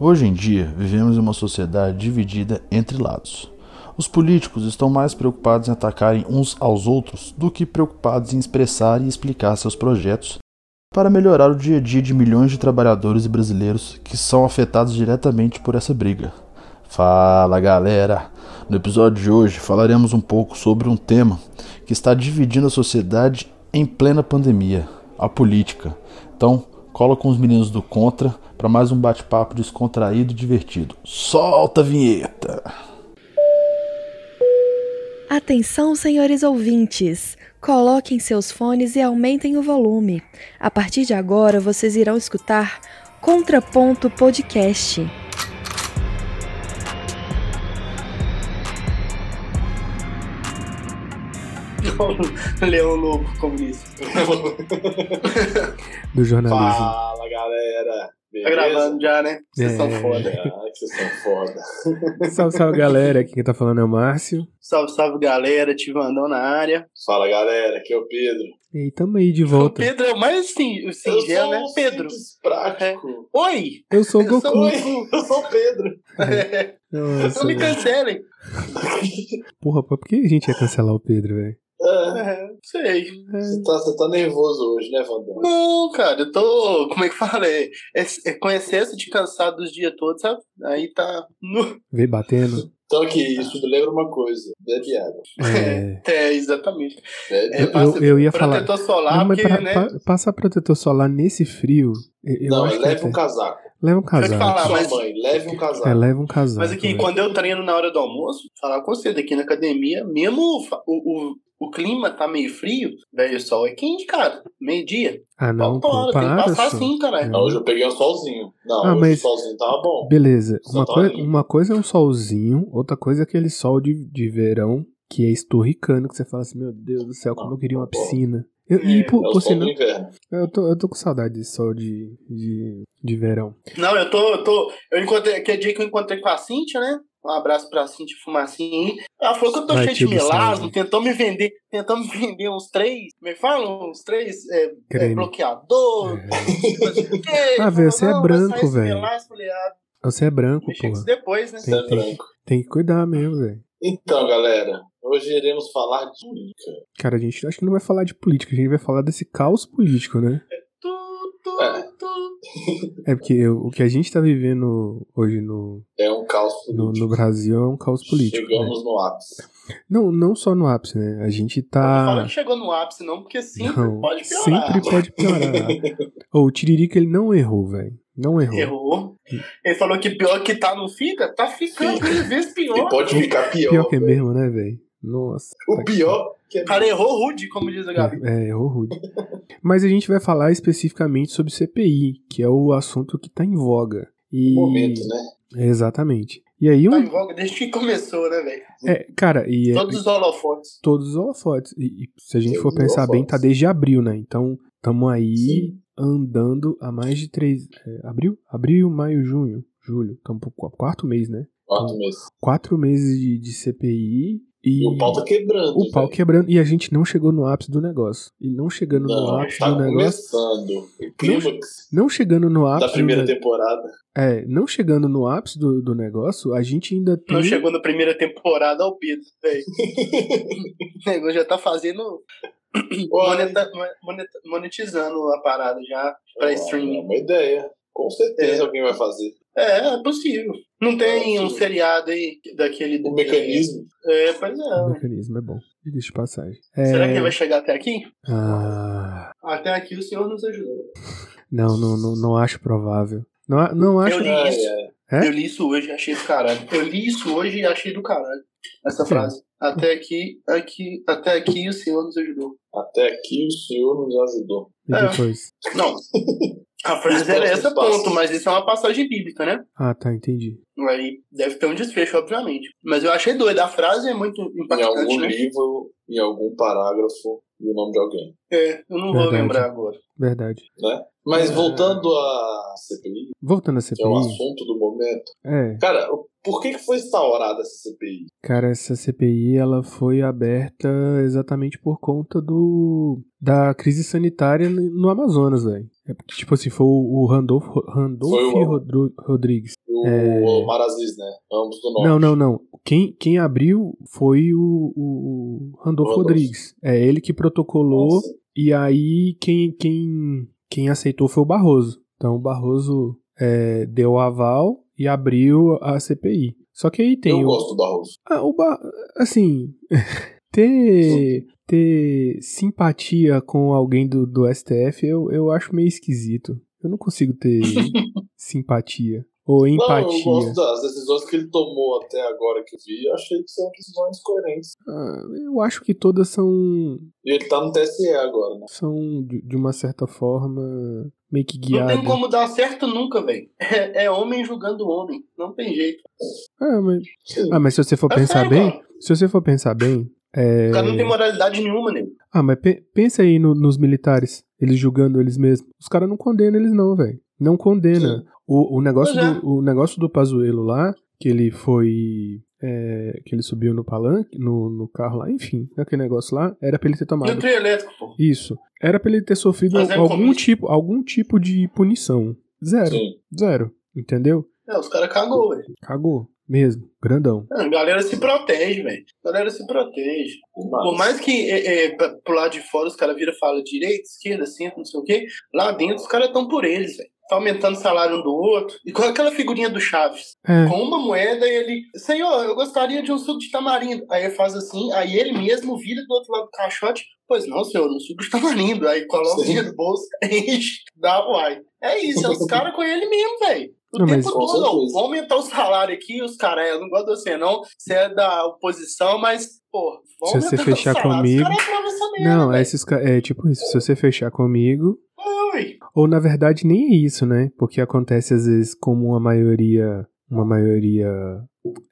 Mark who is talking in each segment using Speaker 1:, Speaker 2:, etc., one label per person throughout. Speaker 1: Hoje em dia, vivemos em uma sociedade dividida entre lados. Os políticos estão mais preocupados em atacarem uns aos outros do que preocupados em expressar e explicar seus projetos para melhorar o dia a dia de milhões de trabalhadores e brasileiros que são afetados diretamente por essa briga. Fala galera! No episódio de hoje falaremos um pouco sobre um tema que está dividindo a sociedade em plena pandemia: a política. Então, cola com os meninos do Contra para mais um bate-papo descontraído e divertido. Solta a vinheta!
Speaker 2: Atenção, senhores ouvintes! Coloquem seus fones e aumentem o volume. A partir de agora, vocês irão escutar Contraponto Podcast.
Speaker 3: Leão Lobo Tá comunista.
Speaker 4: do jornalismo.
Speaker 5: Fala galera!
Speaker 3: Tá gravando já, né?
Speaker 5: Vocês são
Speaker 4: É.
Speaker 5: foda. Ah, que vocês são foda.
Speaker 4: Salve, salve galera, aqui quem tá falando é o Márcio.
Speaker 3: Salve, salve galera, Tivandão na área.
Speaker 5: Fala galera, aqui é o Pedro.
Speaker 4: E aí, tamo aí de
Speaker 3: O
Speaker 4: volta.
Speaker 3: Pedro é o mais sim, o singelo, né?
Speaker 5: um
Speaker 3: Pedro.
Speaker 5: simples Prático.
Speaker 3: Oi!
Speaker 4: Eu sou o
Speaker 3: Eu sou o-
Speaker 4: Goku.
Speaker 5: Eu sou o Pedro.
Speaker 4: Nossa,
Speaker 3: Não me
Speaker 4: velho.
Speaker 3: cancelem.
Speaker 4: porra, pô, por que a gente ia cancelar o Pedro, velho?
Speaker 5: Ah,
Speaker 3: É, não sei.
Speaker 5: você, tá, você tá nervoso hoje, né, Vandão?
Speaker 3: Não, cara, eu tô. Como é que fala? É, é- é com excesso de cansado dos dias todos, sabe? Aí tá. No...
Speaker 4: Veio batendo.
Speaker 5: Então aqui, isso me lembra uma coisa. Bebe água.
Speaker 4: É,
Speaker 3: É, exatamente.
Speaker 5: Bebe
Speaker 3: É,
Speaker 4: eu,
Speaker 5: água.
Speaker 3: passa
Speaker 4: eu, eu ia falar.
Speaker 3: Protetor solar,
Speaker 4: Não, mas
Speaker 3: porque,
Speaker 4: pra-
Speaker 3: né?
Speaker 4: pa- passar protetor solar nesse frio, eu, eu
Speaker 5: Não,
Speaker 4: acho que é.
Speaker 5: leve um
Speaker 4: até-
Speaker 5: casaco.
Speaker 4: leva um
Speaker 3: eu te
Speaker 4: casaco.
Speaker 3: falar,
Speaker 5: Sua
Speaker 3: mas-
Speaker 5: mãe, leve um casaco.
Speaker 4: É, leva um casaco.
Speaker 3: Mas aqui,
Speaker 4: velho.
Speaker 3: quando eu treino na hora do almoço, falar com você, daqui na academia, mesmo o, fa- o, o, o clima tá meio frio, velho, o sol é quente, cara. Meio-dia.
Speaker 4: Ah, não,
Speaker 3: Falta hora,
Speaker 4: pô,
Speaker 3: tem que
Speaker 4: para,
Speaker 3: passar
Speaker 4: só.
Speaker 3: assim, caralho.
Speaker 5: Não, hoje eu peguei um solzinho. Não,
Speaker 4: Ah,
Speaker 5: hoje
Speaker 4: mas-
Speaker 5: o solzinho tava bom.
Speaker 4: Beleza,
Speaker 5: Só
Speaker 4: uma,
Speaker 5: tá
Speaker 4: coi-
Speaker 5: aí.
Speaker 4: uma coisa é um solzinho, outra coisa é aquele sol de, de verão que é esturricano, que você fala assim, meu Deus do céu, como eu queria uma piscina. Eu- e
Speaker 3: É,
Speaker 4: por,
Speaker 5: É o
Speaker 4: por
Speaker 5: sol do
Speaker 4: sinal,
Speaker 5: inverno.
Speaker 4: eu tô, eu tô com saudade de sol de, de, de verão.
Speaker 3: Não, eu tô, eu tô. Eu encontrei. Aquele dia que eu encontrei com a Cintia, né? Um abraço pra Cintia Fumacinha aí. Ela falou que eu tô
Speaker 4: Vai,
Speaker 3: cheio de
Speaker 4: tio Gustavo.
Speaker 3: melasma, tentou me vender, tentou me vender uns três. Me fala, uns três é, é,
Speaker 4: Creme. É,
Speaker 3: bloqueador.
Speaker 4: Ah,
Speaker 3: Falou,
Speaker 4: velho, você é
Speaker 3: "Não, vai
Speaker 4: branco,
Speaker 3: sair esse
Speaker 4: velho."
Speaker 3: melasma. Falei, ah,
Speaker 4: Você é branco,
Speaker 3: mexer com
Speaker 4: porra.
Speaker 3: isso depois, né?
Speaker 5: Você é
Speaker 4: Tem- tem-
Speaker 5: branco.
Speaker 4: Tem que cuidar mesmo, velho.
Speaker 5: Então, galera, hoje iremos falar de um- política.
Speaker 4: Cara, a gente acho que não vai falar de política, a gente vai falar desse caos político, né?
Speaker 3: Tu, tu,
Speaker 4: Ah.
Speaker 5: É.
Speaker 3: tu.
Speaker 4: É porque eu- o que a gente tá vivendo hoje no,
Speaker 5: É um caos
Speaker 4: no,
Speaker 5: político.
Speaker 4: no Brasil é um caos político. né?
Speaker 5: Chegamos no ápice.
Speaker 4: Não, não só no ápice, né? A gente tá.
Speaker 3: Não fala que chegou no ápice, não, porque sempre
Speaker 4: Não,
Speaker 3: pode piorar.
Speaker 4: sempre pode piorar. Ô, o Tiririca, ele não errou, velho. Não errou.
Speaker 3: Errou. Ele falou que pior que tá não fica, tá ficando mil vezes
Speaker 5: E
Speaker 3: pior.
Speaker 5: pode ficar pior.
Speaker 4: Pior que é mesmo, né, velho? Nossa.
Speaker 5: O
Speaker 4: tá-
Speaker 5: pior que é
Speaker 3: O cara errou rude, como diz a Gabi.
Speaker 4: É, é, errou rude. Mas a gente vai falar especificamente sobre CPI, que é o assunto que tá em voga. E...
Speaker 5: o momento, né?
Speaker 4: Exatamente. E aí,
Speaker 3: Tá
Speaker 4: um...
Speaker 3: em voga desde que começou, né, velho?
Speaker 4: é, cara, e é-
Speaker 3: Todos os holofotes.
Speaker 4: todos os holofotes. E, e se a gente for
Speaker 5: Todos os
Speaker 4: pensar bem, tá
Speaker 5: holofotes.
Speaker 4: desde abril, né? Então, tamo aí
Speaker 5: Sim.
Speaker 4: andando há mais de três... é, abril? Abril, maio, junho, julho. Tamo pro qu- quarto mês, né?
Speaker 5: Quatro meses.
Speaker 4: quatro meses de, de CPI e,
Speaker 5: E o pau tá quebrando.
Speaker 4: o pau
Speaker 5: velho.
Speaker 4: quebrando. E a gente não chegou no ápice do negócio. E não chegando no
Speaker 5: Não,
Speaker 4: ápice
Speaker 5: tá
Speaker 4: do negócio.
Speaker 5: começando. O clímax
Speaker 4: Não chegando no ápice.
Speaker 5: da primeira
Speaker 4: do, ne-
Speaker 5: temporada.
Speaker 4: é, não chegando no ápice do, do negócio, a gente ainda tem.
Speaker 3: Não chegou na primeira temporada ao Pedro, velho. o negócio já tá fazendo. moneta- moneta- monetizando a parada já pra
Speaker 5: É
Speaker 3: streaming.
Speaker 5: uma ideia. Com certeza
Speaker 3: É.
Speaker 5: alguém vai fazer.
Speaker 3: É, é possível. Não tem um seriado aí daquele.
Speaker 5: O mecanismo.
Speaker 3: É, pois
Speaker 4: O
Speaker 3: é.
Speaker 4: mecanismo é bom. Diga de passagem. É,
Speaker 3: Será que ele vai chegar até aqui?
Speaker 4: Ah,
Speaker 3: Até aqui o senhor nos ajudou.
Speaker 4: não, não, não, não acho provável. Não, a- não acho.
Speaker 3: Eu li
Speaker 5: Ai,
Speaker 3: isso.
Speaker 5: ai.
Speaker 4: É?
Speaker 3: Eu li isso hoje e achei do caralho. Eu li isso hoje e achei do caralho. Essa
Speaker 4: Sim.
Speaker 3: frase. Até aqui, aqui, até aqui o senhor nos ajudou.
Speaker 5: Até aqui o senhor nos ajudou.
Speaker 4: E
Speaker 3: É.
Speaker 4: depois?
Speaker 3: Não. A frase
Speaker 5: é
Speaker 3: era esse ponto, mas isso é uma passagem bíblica, né?
Speaker 4: Ah, tá, entendi.
Speaker 3: Aí deve ter um desfecho, obviamente. Mas eu achei doido. A frase é muito
Speaker 5: Em
Speaker 3: impactante,
Speaker 5: algum
Speaker 3: né?
Speaker 5: livro, em algum parágrafo, e o nome de alguém.
Speaker 3: É, eu não vou
Speaker 4: Verdade.
Speaker 3: lembrar agora.
Speaker 4: Verdade.
Speaker 5: Mas
Speaker 4: É.
Speaker 5: voltando à CPI,
Speaker 4: Voltando à
Speaker 5: que é o
Speaker 3: um
Speaker 4: CPI.
Speaker 5: assunto do momento.
Speaker 4: É.
Speaker 5: Cara, o- Por que, que foi instaurada essa CPI?
Speaker 4: Cara, essa CPI ela foi aberta exatamente por conta do da crise sanitária no Amazonas, velho. É porque, tipo assim, foi o o Randolfo, Randolfo
Speaker 5: Foi o-
Speaker 4: Rodru- Rodrigues.
Speaker 5: E o
Speaker 4: É.
Speaker 5: Omar Aziz, né? Ambos do norte.
Speaker 4: Não, não, não. Quem, quem abriu foi o, o, o Randolfo
Speaker 5: Randolfo.
Speaker 4: Rodrigues. É ele que protocolou
Speaker 5: Nossa.
Speaker 4: e aí quem, quem, quem aceitou foi o Barroso. Então o Barroso é, deu o aval e abriu a CPI. Só que aí tem
Speaker 5: Eu
Speaker 4: o,
Speaker 5: gosto do Barroso.
Speaker 4: ah, o Ba- assim, ter, ter simpatia com alguém do, do STF eu, eu acho meio esquisito. Eu não consigo ter simpatia ou
Speaker 5: Não, eu
Speaker 4: empatia.
Speaker 5: gosto das decisões que ele tomou até agora que eu vi. Eu achei que são decisões coerentes.
Speaker 4: Ah, eu acho que todas são,
Speaker 5: E ele tá no TSE agora, né?
Speaker 4: são de, de uma certa forma, meio que
Speaker 3: Não
Speaker 4: guiadas.
Speaker 3: tem como dar certo nunca, velho. É, é homem julgando homem. Não tem jeito.
Speaker 4: Ah, mas, ah, mas se você for
Speaker 3: É
Speaker 4: pensar
Speaker 3: sério,
Speaker 4: bem,
Speaker 3: cara.
Speaker 4: se você for pensar bem, é...
Speaker 3: O cara não tem moralidade nenhuma, nego.
Speaker 4: Ah, mas pe- pensa aí no- nos militares, eles julgando eles mesmos. Os caras não condenam eles não, velho. Não condena. O, o negócio
Speaker 3: Pois é.
Speaker 4: do, o negócio do Pazuello lá, que ele foi... é, que ele subiu no palanque, no, no carro lá, enfim, aquele negócio lá, era pra ele
Speaker 3: E
Speaker 4: ter
Speaker 3: o
Speaker 4: tomado.
Speaker 3: trio elétrico, pô.
Speaker 4: Isso. Era pra ele ter sofrido
Speaker 3: Então- Mas é
Speaker 4: algum
Speaker 3: comício.
Speaker 4: tipo, algum tipo de punição. Zero.
Speaker 5: Sim.
Speaker 4: Zero. Entendeu?
Speaker 3: É, os caras cagou, velho.
Speaker 4: Cagou. Mesmo. Grandão.
Speaker 3: Não, A galera se protege, velho. A galera se protege. Por mais que é, é, pra- pro lado de fora os caras viram e falam direita, esquerda, centro, não sei o quê, lá dentro os caras estão por eles, velho. Tá aumentando o salário um do outro. E com aquela figurinha do Chaves,
Speaker 4: É.
Speaker 3: com uma moeda ele, senhor, eu gostaria de um suco de tamarindo. Aí ele faz assim, aí ele mesmo vira do outro lado do caixote, pois não, senhor, um suco de tamarindo. Aí coloca o
Speaker 5: Sim.
Speaker 3: dinheiro no bolso, enche, dá uai. É isso, é os caras com ele mesmo, velho. O
Speaker 4: Não,
Speaker 3: tempo
Speaker 4: mas-
Speaker 3: todo,
Speaker 5: Com certeza.
Speaker 3: ó, vou aumentar o salário aqui, os caras, eu não gosto de você não, você é da oposição, mas, pô, vão
Speaker 4: Se você
Speaker 3: aumentar o
Speaker 4: fechar
Speaker 3: salário,
Speaker 4: comigo-
Speaker 3: Os caras atravessam mesmo,
Speaker 4: Não, é
Speaker 3: velho.
Speaker 4: esses ca- é tipo isso. Se você fechar comigo.
Speaker 3: Ui,
Speaker 4: Ou na verdade nem é isso, né? Porque acontece às vezes como uma maioria. Uma maioria.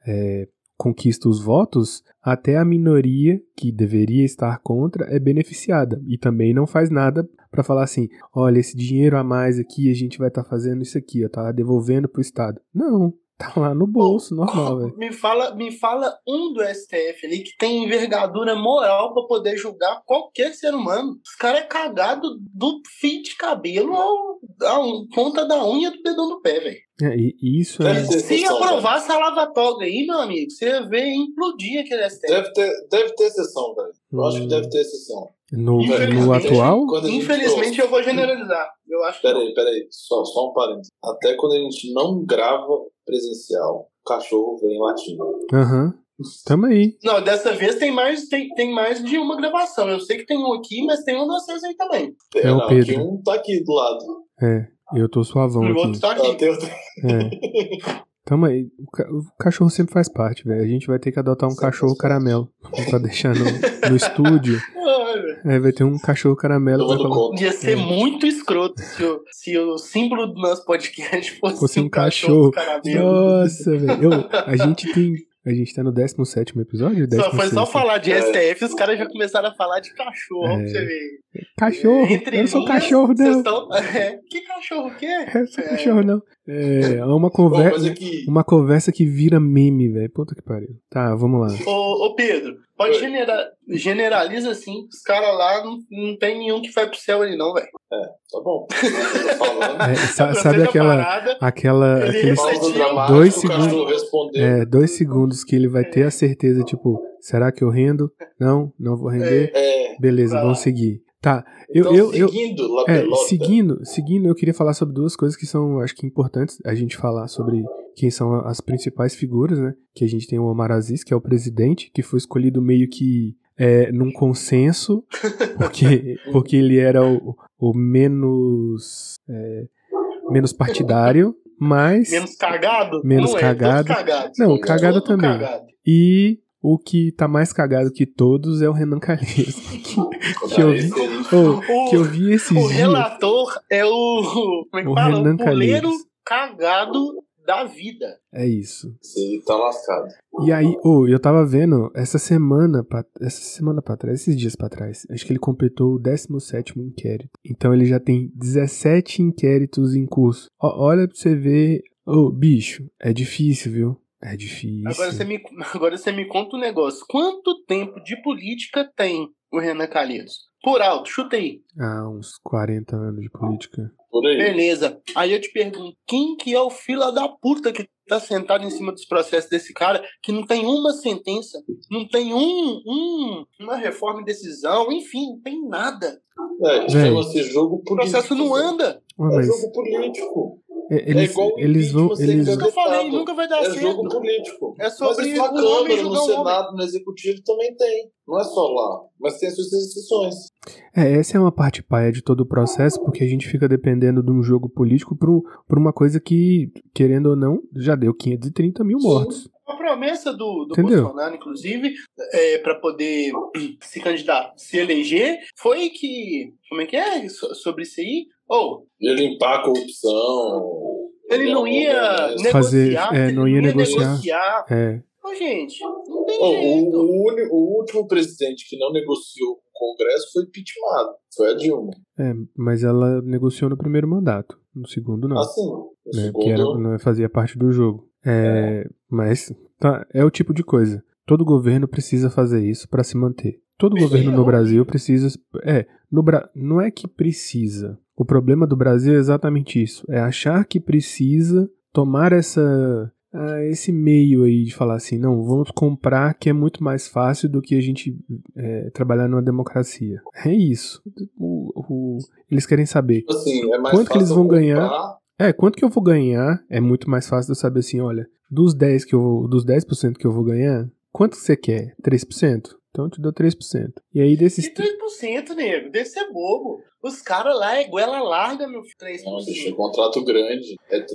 Speaker 4: é, conquista os votos. Até a minoria que deveria estar contra é beneficiada. E também não faz nada pra falar assim: olha, esse dinheiro a mais aqui a gente vai estar fazendo isso aqui, ó, tá devolvendo pro Estado. Não. Tá lá no bolso, normal, velho.
Speaker 3: Me fala, me fala um do STF ali que tem envergadura moral pra poder julgar qualquer ser humano. Os caras é cagado do fio de cabelo ao, à un- ponta da unha do dedão do pé, velho.
Speaker 4: É, e- e isso é.
Speaker 5: Deve ter
Speaker 3: Se
Speaker 5: sessão,
Speaker 3: aprovar essa lavatoga aí, meu amigo, você vê implodir aquele STF.
Speaker 5: velho. Deve ter, deve ter sessão, velho. Eu acho que
Speaker 4: Hum.
Speaker 5: deve ter sessão.
Speaker 4: No, no
Speaker 3: Infelizmente.
Speaker 4: atual?
Speaker 5: Quando a gente-
Speaker 3: Infelizmente eu vou generalizar. Eu acho que
Speaker 5: Peraí, peraí, só, só um parênteses. Até quando a gente não grava presencial, o cachorro vem latindo.
Speaker 4: Aham. Tamo aí.
Speaker 3: Não, dessa vez tem mais, tem, tem mais de uma gravação. Eu sei que tem um aqui, mas tem um de vocês aí também.
Speaker 4: É o
Speaker 5: Não,
Speaker 4: Pedro.
Speaker 5: que um tá aqui do lado.
Speaker 4: É, eu tô suavão
Speaker 3: E o
Speaker 4: aqui.
Speaker 3: outro tá
Speaker 5: Ah,
Speaker 3: aqui.
Speaker 5: tem outro
Speaker 4: É. Tamo aí. O, ca- o cachorro sempre faz parte, velho. A gente vai ter que adotar um
Speaker 5: Sempre
Speaker 4: cachorro
Speaker 5: faz parte.
Speaker 4: caramelo. Não tá deixando no estúdio.
Speaker 3: Ai, velho.
Speaker 4: É, vai ter um cachorro caramelo. Vai
Speaker 5: tomando
Speaker 4: falar,
Speaker 5: conta.
Speaker 3: Ia ser
Speaker 4: É.
Speaker 3: muito escroto se o, se o símbolo do nosso podcast fosse,
Speaker 4: Fosse um cachorro.
Speaker 3: caramelo.
Speaker 4: Nossa, velho. Eu- A gente tem. A gente tá no 17 episódio?
Speaker 3: Só foi
Speaker 4: 16.
Speaker 3: só falar de
Speaker 5: É.
Speaker 3: STF os caras já começaram a falar de cachorro.
Speaker 4: É.
Speaker 3: pra Você vê.
Speaker 4: Cachorro!
Speaker 3: Entre
Speaker 4: eu não sou
Speaker 3: linhas,
Speaker 4: cachorro,
Speaker 3: vocês
Speaker 4: não.
Speaker 3: tão- É, Que cachorro que é?
Speaker 4: Eu não sou cachorro, não. É, é uma conversa.
Speaker 5: Uma coisa que.
Speaker 4: Uma conversa que vira meme, velho. Puta que pariu. Tá, vamos lá.
Speaker 3: Ô, ô Pedro, pode
Speaker 5: Oi.
Speaker 3: genera- generaliza assim, os caras lá não, não tem nenhum que vai pro céu ali não, velho.
Speaker 5: Tá bom. Tá falando.
Speaker 4: É, sa-
Speaker 3: Você
Speaker 4: sabe
Speaker 3: já
Speaker 4: aquela.
Speaker 3: parada,
Speaker 4: Aquela.
Speaker 3: Ele
Speaker 4: Aqueles
Speaker 3: recebe-
Speaker 5: Pausa dramática,
Speaker 4: Dois
Speaker 5: o cachorro
Speaker 3: segundos.
Speaker 5: respondeu.
Speaker 4: é, dois segundos que ele vai ter a certeza, tipo, será que eu rendo? Não, não vou render.
Speaker 5: É,
Speaker 4: Beleza,
Speaker 3: vai
Speaker 4: vamos
Speaker 3: lá.
Speaker 4: seguir. Tá, eu.
Speaker 5: então,
Speaker 4: eu, eu
Speaker 5: seguindo La
Speaker 4: é,
Speaker 5: Pelota,
Speaker 4: seguindo, seguindo, eu queria falar sobre duas coisas que são, acho que, importantes a gente falar sobre quem são as principais figuras, né? Que a gente tem o Omar Aziz, que é o presidente, que foi escolhido meio que é, num consenso, porque, porque ele era o, o menos, é, menos partidário, mas...
Speaker 3: menos cagado?
Speaker 4: Menos
Speaker 3: não
Speaker 4: cagado.
Speaker 3: É, todos cagados.
Speaker 4: Não, cagado
Speaker 3: Todo
Speaker 4: também.
Speaker 3: cagado.
Speaker 4: E o que tá mais cagado que todos é o Renan Calheiros.
Speaker 5: cara,
Speaker 4: que eu vi.
Speaker 5: esse aí-
Speaker 4: Ô,
Speaker 3: O-
Speaker 4: que eu vi esses
Speaker 3: O
Speaker 4: dias.
Speaker 3: relator é o. Como é que
Speaker 4: O
Speaker 3: fala?
Speaker 4: Renan
Speaker 3: o puleiro
Speaker 4: Calheiros.
Speaker 3: cagado da vida.
Speaker 4: É isso.
Speaker 5: Esse aí tá lascado.
Speaker 4: E aí, ô, eu tava vendo essa semana, pra, essa semana pra trás, esses dias pra trás, acho que ele completou o 17 inquérito. Então ele já tem 17 inquéritos em curso. Ó, olha pra você ver. Ô, bicho, é difícil, viu? É difícil.
Speaker 3: Agora você, me, agora você me conta um negócio. Quanto tempo de política tem o Renan Calheiros? Por alto, chutei.
Speaker 4: Ah, uns 40 anos de política.
Speaker 5: Por
Speaker 3: É.
Speaker 5: aí.
Speaker 3: Beleza. Aí eu te pergunto, quem que é o fila da puta que tá sentado em cima dos processos desse cara, que não tem uma sentença, não tem um, um uma reforma e decisão, enfim, não tem nada.
Speaker 5: É, chama-se jogo
Speaker 3: O
Speaker 5: político.
Speaker 3: processo não anda.
Speaker 4: Ué,
Speaker 5: É
Speaker 4: mas
Speaker 5: jogo político.
Speaker 4: é- eles,
Speaker 5: é igual o
Speaker 4: eles vão.
Speaker 5: impeachment
Speaker 4: Eles,
Speaker 5: sem
Speaker 3: Nunca falei,
Speaker 5: Deputado,
Speaker 3: nunca vai dar
Speaker 5: É jogo
Speaker 3: Tá certo.
Speaker 5: político.
Speaker 3: É sobre
Speaker 5: mas isso na
Speaker 3: o homem
Speaker 5: Câmara, no
Speaker 3: julgar o homem.
Speaker 5: Senado, no Executivo também tem. Não é só lá. Mas tem as suas exceções.
Speaker 4: é, essa é uma parte paia de todo o processo, porque a gente fica dependendo de um jogo político por, por uma coisa que, querendo ou não, já deu 530 mil
Speaker 5: Sim.
Speaker 4: mortos.
Speaker 3: A promessa do, do
Speaker 4: Entendeu?
Speaker 3: Bolsonaro, inclusive, é, para poder se candidatar, se eleger, foi que. Como é que é? So- sobre isso aí? Ou
Speaker 5: ia limpar a corrupção.
Speaker 3: ele não ia negociar,
Speaker 4: Fazer- é,
Speaker 3: ele
Speaker 4: não ia negociar. É.
Speaker 3: Ô, gente, não tem
Speaker 5: Oh,
Speaker 3: jeito.
Speaker 5: o, o uni- o último presidente que não negociou com o Congresso foi impeachmentado. Foi a Dilma.
Speaker 4: É, mas ela negociou no primeiro mandato. No segundo, não.
Speaker 5: Assim, o
Speaker 4: né, que era,
Speaker 5: segundo.
Speaker 4: né, fazia parte do jogo. É, Mas tá, é o tipo de coisa. Todo governo precisa fazer isso pra se manter. Todo
Speaker 5: Precisa,
Speaker 4: governo no
Speaker 5: lógico.
Speaker 4: Brasil precisa. É, no Bra... não é que precisa. O problema do Brasil é exatamente isso. É achar que precisa tomar essa. ah, esse meio aí de falar assim, não, vamos comprar que é muito mais fácil do que a gente é, trabalhar numa democracia. É isso. O- o- eles querem saber
Speaker 5: Assim, é mais
Speaker 4: Quanto que eles
Speaker 5: fácil
Speaker 4: vão
Speaker 5: comprar.
Speaker 4: ganhar? É, quanto que eu vou ganhar? É muito mais fácil de eu saber assim, olha, dos 10 que eu vou, dos 10% que eu vou ganhar, quanto que você quer? 3%? Então eu te dou 3%. E aí desses
Speaker 3: E
Speaker 5: Então,
Speaker 3: 3%, nego, deve ser bobo. Os caras lá é goela larga, meu filho. 3%.
Speaker 5: Não, bicho, é contrato grande. É 3%,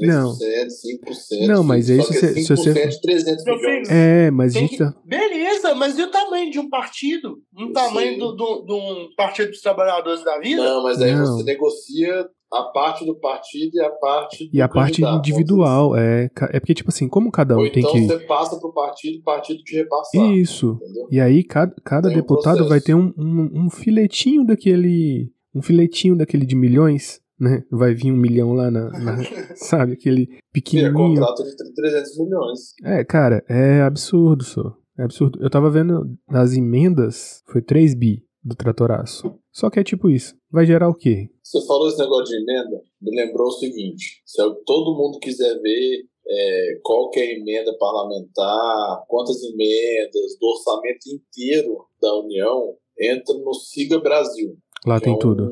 Speaker 5: 5%.
Speaker 4: Não, mas é
Speaker 5: só
Speaker 4: isso,
Speaker 5: que
Speaker 4: se- se você-
Speaker 5: 5% de 300
Speaker 3: Meu
Speaker 5: milhões.
Speaker 3: filho,
Speaker 4: É, mas a
Speaker 3: tem
Speaker 4: gente
Speaker 3: que-
Speaker 4: tá
Speaker 3: Beleza, mas e o tamanho de um partido? Um
Speaker 5: Eu
Speaker 3: tamanho
Speaker 5: sei.
Speaker 3: do, do, de um partido dos trabalhadores da vida?
Speaker 5: Não, mas aí
Speaker 4: Não.
Speaker 5: você negocia a parte do partido e a parte
Speaker 4: e
Speaker 5: do
Speaker 4: a parte
Speaker 5: candidato, vamos
Speaker 4: individual é, ca- é porque tipo assim, como cada
Speaker 5: dizer.
Speaker 4: um
Speaker 5: Ou
Speaker 4: tem
Speaker 5: então
Speaker 4: que
Speaker 5: você passa pro partido, o partido te repassar.
Speaker 4: isso.
Speaker 5: Entendeu?
Speaker 4: E aí cada, cada
Speaker 5: Tem um
Speaker 4: deputado
Speaker 5: processo.
Speaker 4: vai ter um, um, um filetinho daquele. Um filetinho daquele de milhões, né? Vai vir um milhão lá na. na- sabe, aquele
Speaker 5: E é
Speaker 4: pequenininho.
Speaker 5: contrato de 300 milhões.
Speaker 4: É, cara, é absurdo, só. É absurdo. Eu tava vendo nas emendas, foi 3 bi do tratoraço. Só que é tipo isso. Vai gerar o quê?
Speaker 5: Você falou esse negócio de emenda, me lembrou o seguinte: se todo mundo quiser ver é, qual que é a emenda parlamentar, quantas emendas, do orçamento inteiro da União, entra no Siga Brasil.
Speaker 4: Lá
Speaker 5: que é
Speaker 4: Ah, tem
Speaker 5: um-
Speaker 4: tudo.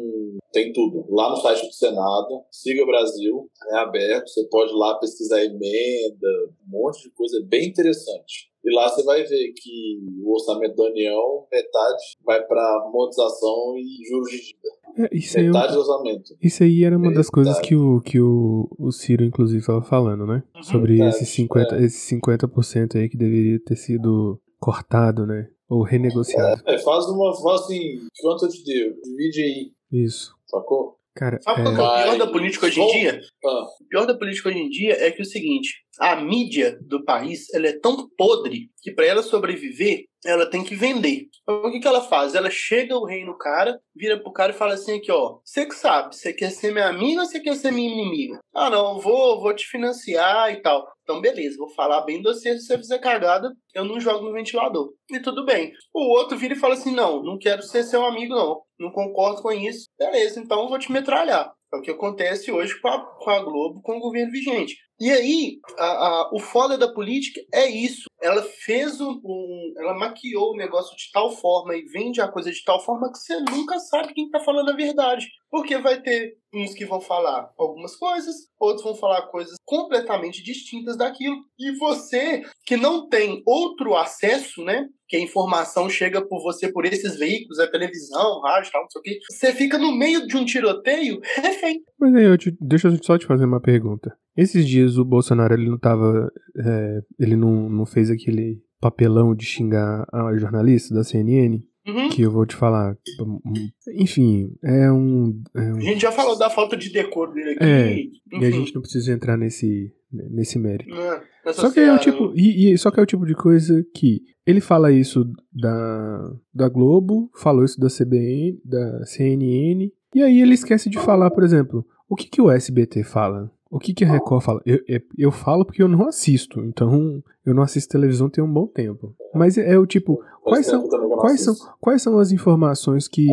Speaker 5: Tem tudo. Lá no site do Senado, Siga Brasil, é aberto, você pode ir lá pesquisar emenda, um monte de coisa bem interessante. E lá você vai ver que o orçamento da União, metade vai para amortização e juros de dívida.
Speaker 4: É, isso, aí, é um-
Speaker 5: Metade do orçamento.
Speaker 4: isso aí era uma das coisas
Speaker 5: Verdade.
Speaker 4: que o, que o, o Ciro, inclusive, tava falando, né?
Speaker 3: Uhum.
Speaker 4: Sobre
Speaker 5: Verdade,
Speaker 4: esses 50%,
Speaker 3: é.
Speaker 4: esses 50 aí que deveria ter sido cortado, né? Ou renegociado.
Speaker 5: É, faz uma. Faz assim, quanto eu te deu? Divide aí,
Speaker 4: Isso.
Speaker 5: sacou?
Speaker 4: Cara,
Speaker 3: Sabe qual que é
Speaker 4: é,
Speaker 3: o pior
Speaker 5: Mas-
Speaker 3: da política hoje em
Speaker 5: Bom,
Speaker 3: dia?
Speaker 5: Ah,
Speaker 3: O pior da política hoje em dia é que o seguinte, a mídia do país, ela é tão podre que para ela sobreviver, ela tem que vender. Então, o que, que ela faz? Ela chega o rei no cara, vira pro cara e fala assim aqui, ó, você que sabe, você quer ser minha amiga ou você quer ser minha inimiga? Ah, não, eu vou, vou te financiar e tal. Então, beleza, vou falar bem de você, se você fizer cagada, eu não jogo no ventilador. E tudo bem. O outro vira e fala assim, não, não quero ser seu amigo, não. Não concordo com isso. Beleza, então eu vou te metralhar. É o que acontece hoje com a, com a Globo, com o governo vigente. E aí, a- a- o foda da política é isso. Ela fez um, um- Ela maquiou o negócio de tal forma e vende a coisa de tal forma que você nunca sabe quem tá falando a verdade. Porque vai ter uns que vão falar algumas coisas, outros vão falar coisas completamente distintas daquilo. E você, que não tem outro acesso, né? Que a informação chega por você por esses veículos, a televisão, rádio, tal, não sei o quê. Você fica no meio de um tiroteio refém.
Speaker 4: Mas aí, eu te- deixa eu só te fazer uma pergunta. Esses dias o Bolsonaro ele não tava. é, ele não, não fez aquele papelão de xingar a jornalista da CNN,
Speaker 3: Uhum.
Speaker 4: que eu vou te falar. um- um- Enfim, é um. é
Speaker 3: A
Speaker 4: um-
Speaker 3: gente já falou da falta de decoro dele aqui.
Speaker 4: É,
Speaker 3: enfim,
Speaker 4: e a gente não precisa entrar nesse, nesse mérito.
Speaker 3: né, nessa
Speaker 4: Só que é o
Speaker 3: seara,
Speaker 4: tipo, e, e- só que é o tipo de coisa que ele fala isso da, da Globo, falou isso da CBN, da CNN, e aí ele esquece de falar, por exemplo, o que, que o SBT fala? O que, que a Record fala? Eu, eu, eu falo porque eu não assisto, então eu não assisto televisão tem um bom tempo. Mas é, é o tipo, quais
Speaker 5: tempo
Speaker 4: são,
Speaker 5: também que eu não
Speaker 4: quais, são,
Speaker 5: assisto.
Speaker 4: quais são as informações que.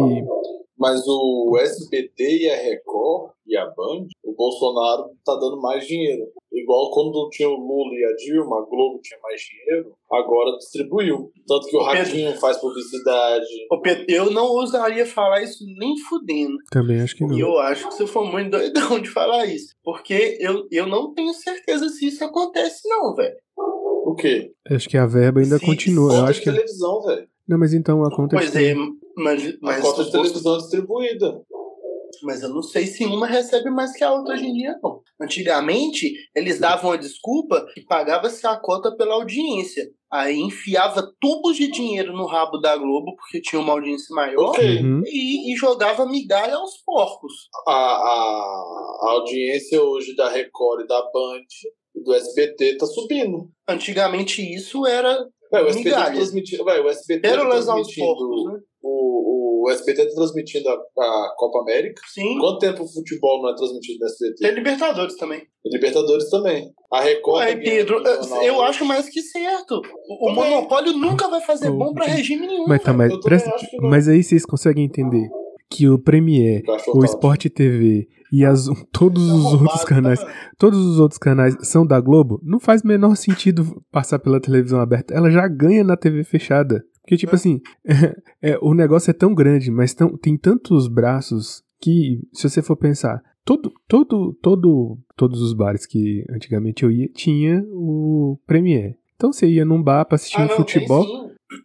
Speaker 5: Mas o SBT e a Record e a Band, o Bolsonaro tá dando mais dinheiro. Igual quando tinha o Lula e a Dilma, a Globo tinha mais dinheiro, agora distribuiu. Tanto que o
Speaker 3: Ô, Pedro.
Speaker 5: Ratinho faz publicidade.
Speaker 3: Ô, Pedro, eu não ousaria falar isso nem fudendo.
Speaker 4: Também acho que não.
Speaker 3: E eu acho que você foi muito doidão de falar isso. Porque eu, eu não tenho certeza se isso acontece, não, velho.
Speaker 5: O quê?
Speaker 4: Acho que a verba ainda
Speaker 3: Sim,
Speaker 4: continua. Eu
Speaker 5: Cota
Speaker 4: acho
Speaker 5: de
Speaker 4: que. é,
Speaker 5: televisão, velho.
Speaker 4: Não, mas então a conta.
Speaker 3: Pois
Speaker 4: de-
Speaker 3: é, mas,
Speaker 5: A
Speaker 3: mas,
Speaker 5: cota de televisão é distribuída.
Speaker 3: mas eu não sei se uma recebe mais que a outra hoje em dia, não. Antigamente, eles davam a desculpa que pagava-se a cota pela audiência. Aí enfiava tubos de dinheiro no rabo da Globo, porque tinha uma audiência maior,
Speaker 5: Ok.
Speaker 4: Uhum.
Speaker 3: e, e jogava migalha aos porcos.
Speaker 5: a, a, a audiência hoje da Record e da Band e do SBT tá subindo.
Speaker 3: Antigamente isso era
Speaker 5: Véi, o SBT tá
Speaker 3: Migalha.
Speaker 5: transmitindo, véi, o SBT tá
Speaker 3: pérolas aos
Speaker 5: transmitindo
Speaker 3: porcos, né?
Speaker 5: o, o SBT tá transmitindo a, a Copa América.
Speaker 3: Sim.
Speaker 5: Quanto tempo o futebol não é transmitido no SBT?
Speaker 3: Tem Libertadores também.
Speaker 5: E Libertadores também. A Record.
Speaker 3: Ué,
Speaker 5: tá ganhando
Speaker 3: Pedro,
Speaker 5: regional
Speaker 3: eu
Speaker 5: hoje.
Speaker 3: acho mais que certo. O, o
Speaker 5: Também.
Speaker 3: monopólio nunca vai fazer bom pra regime nenhum.
Speaker 4: Mas tá, mas,
Speaker 5: Eu também
Speaker 4: presta-
Speaker 5: acho que não.
Speaker 4: mas aí vocês conseguem entender que o Premiere,
Speaker 5: Cachorro
Speaker 4: o
Speaker 5: tá
Speaker 4: Sport TV e as, um,
Speaker 3: Tá
Speaker 4: todos os outros canais, todos os outros canais são da Globo, não faz o menor sentido passar pela televisão aberta. Ela já ganha na TV fechada. Porque, tipo assim, é, o negócio é tão grande, mas tão- tem tantos braços que, se você for pensar, todo, todo, todo, todos os bares que antigamente eu ia tinha o Premiere. Então você ia num bar pra assistir
Speaker 3: Ah,
Speaker 4: um
Speaker 3: não,
Speaker 4: futebol.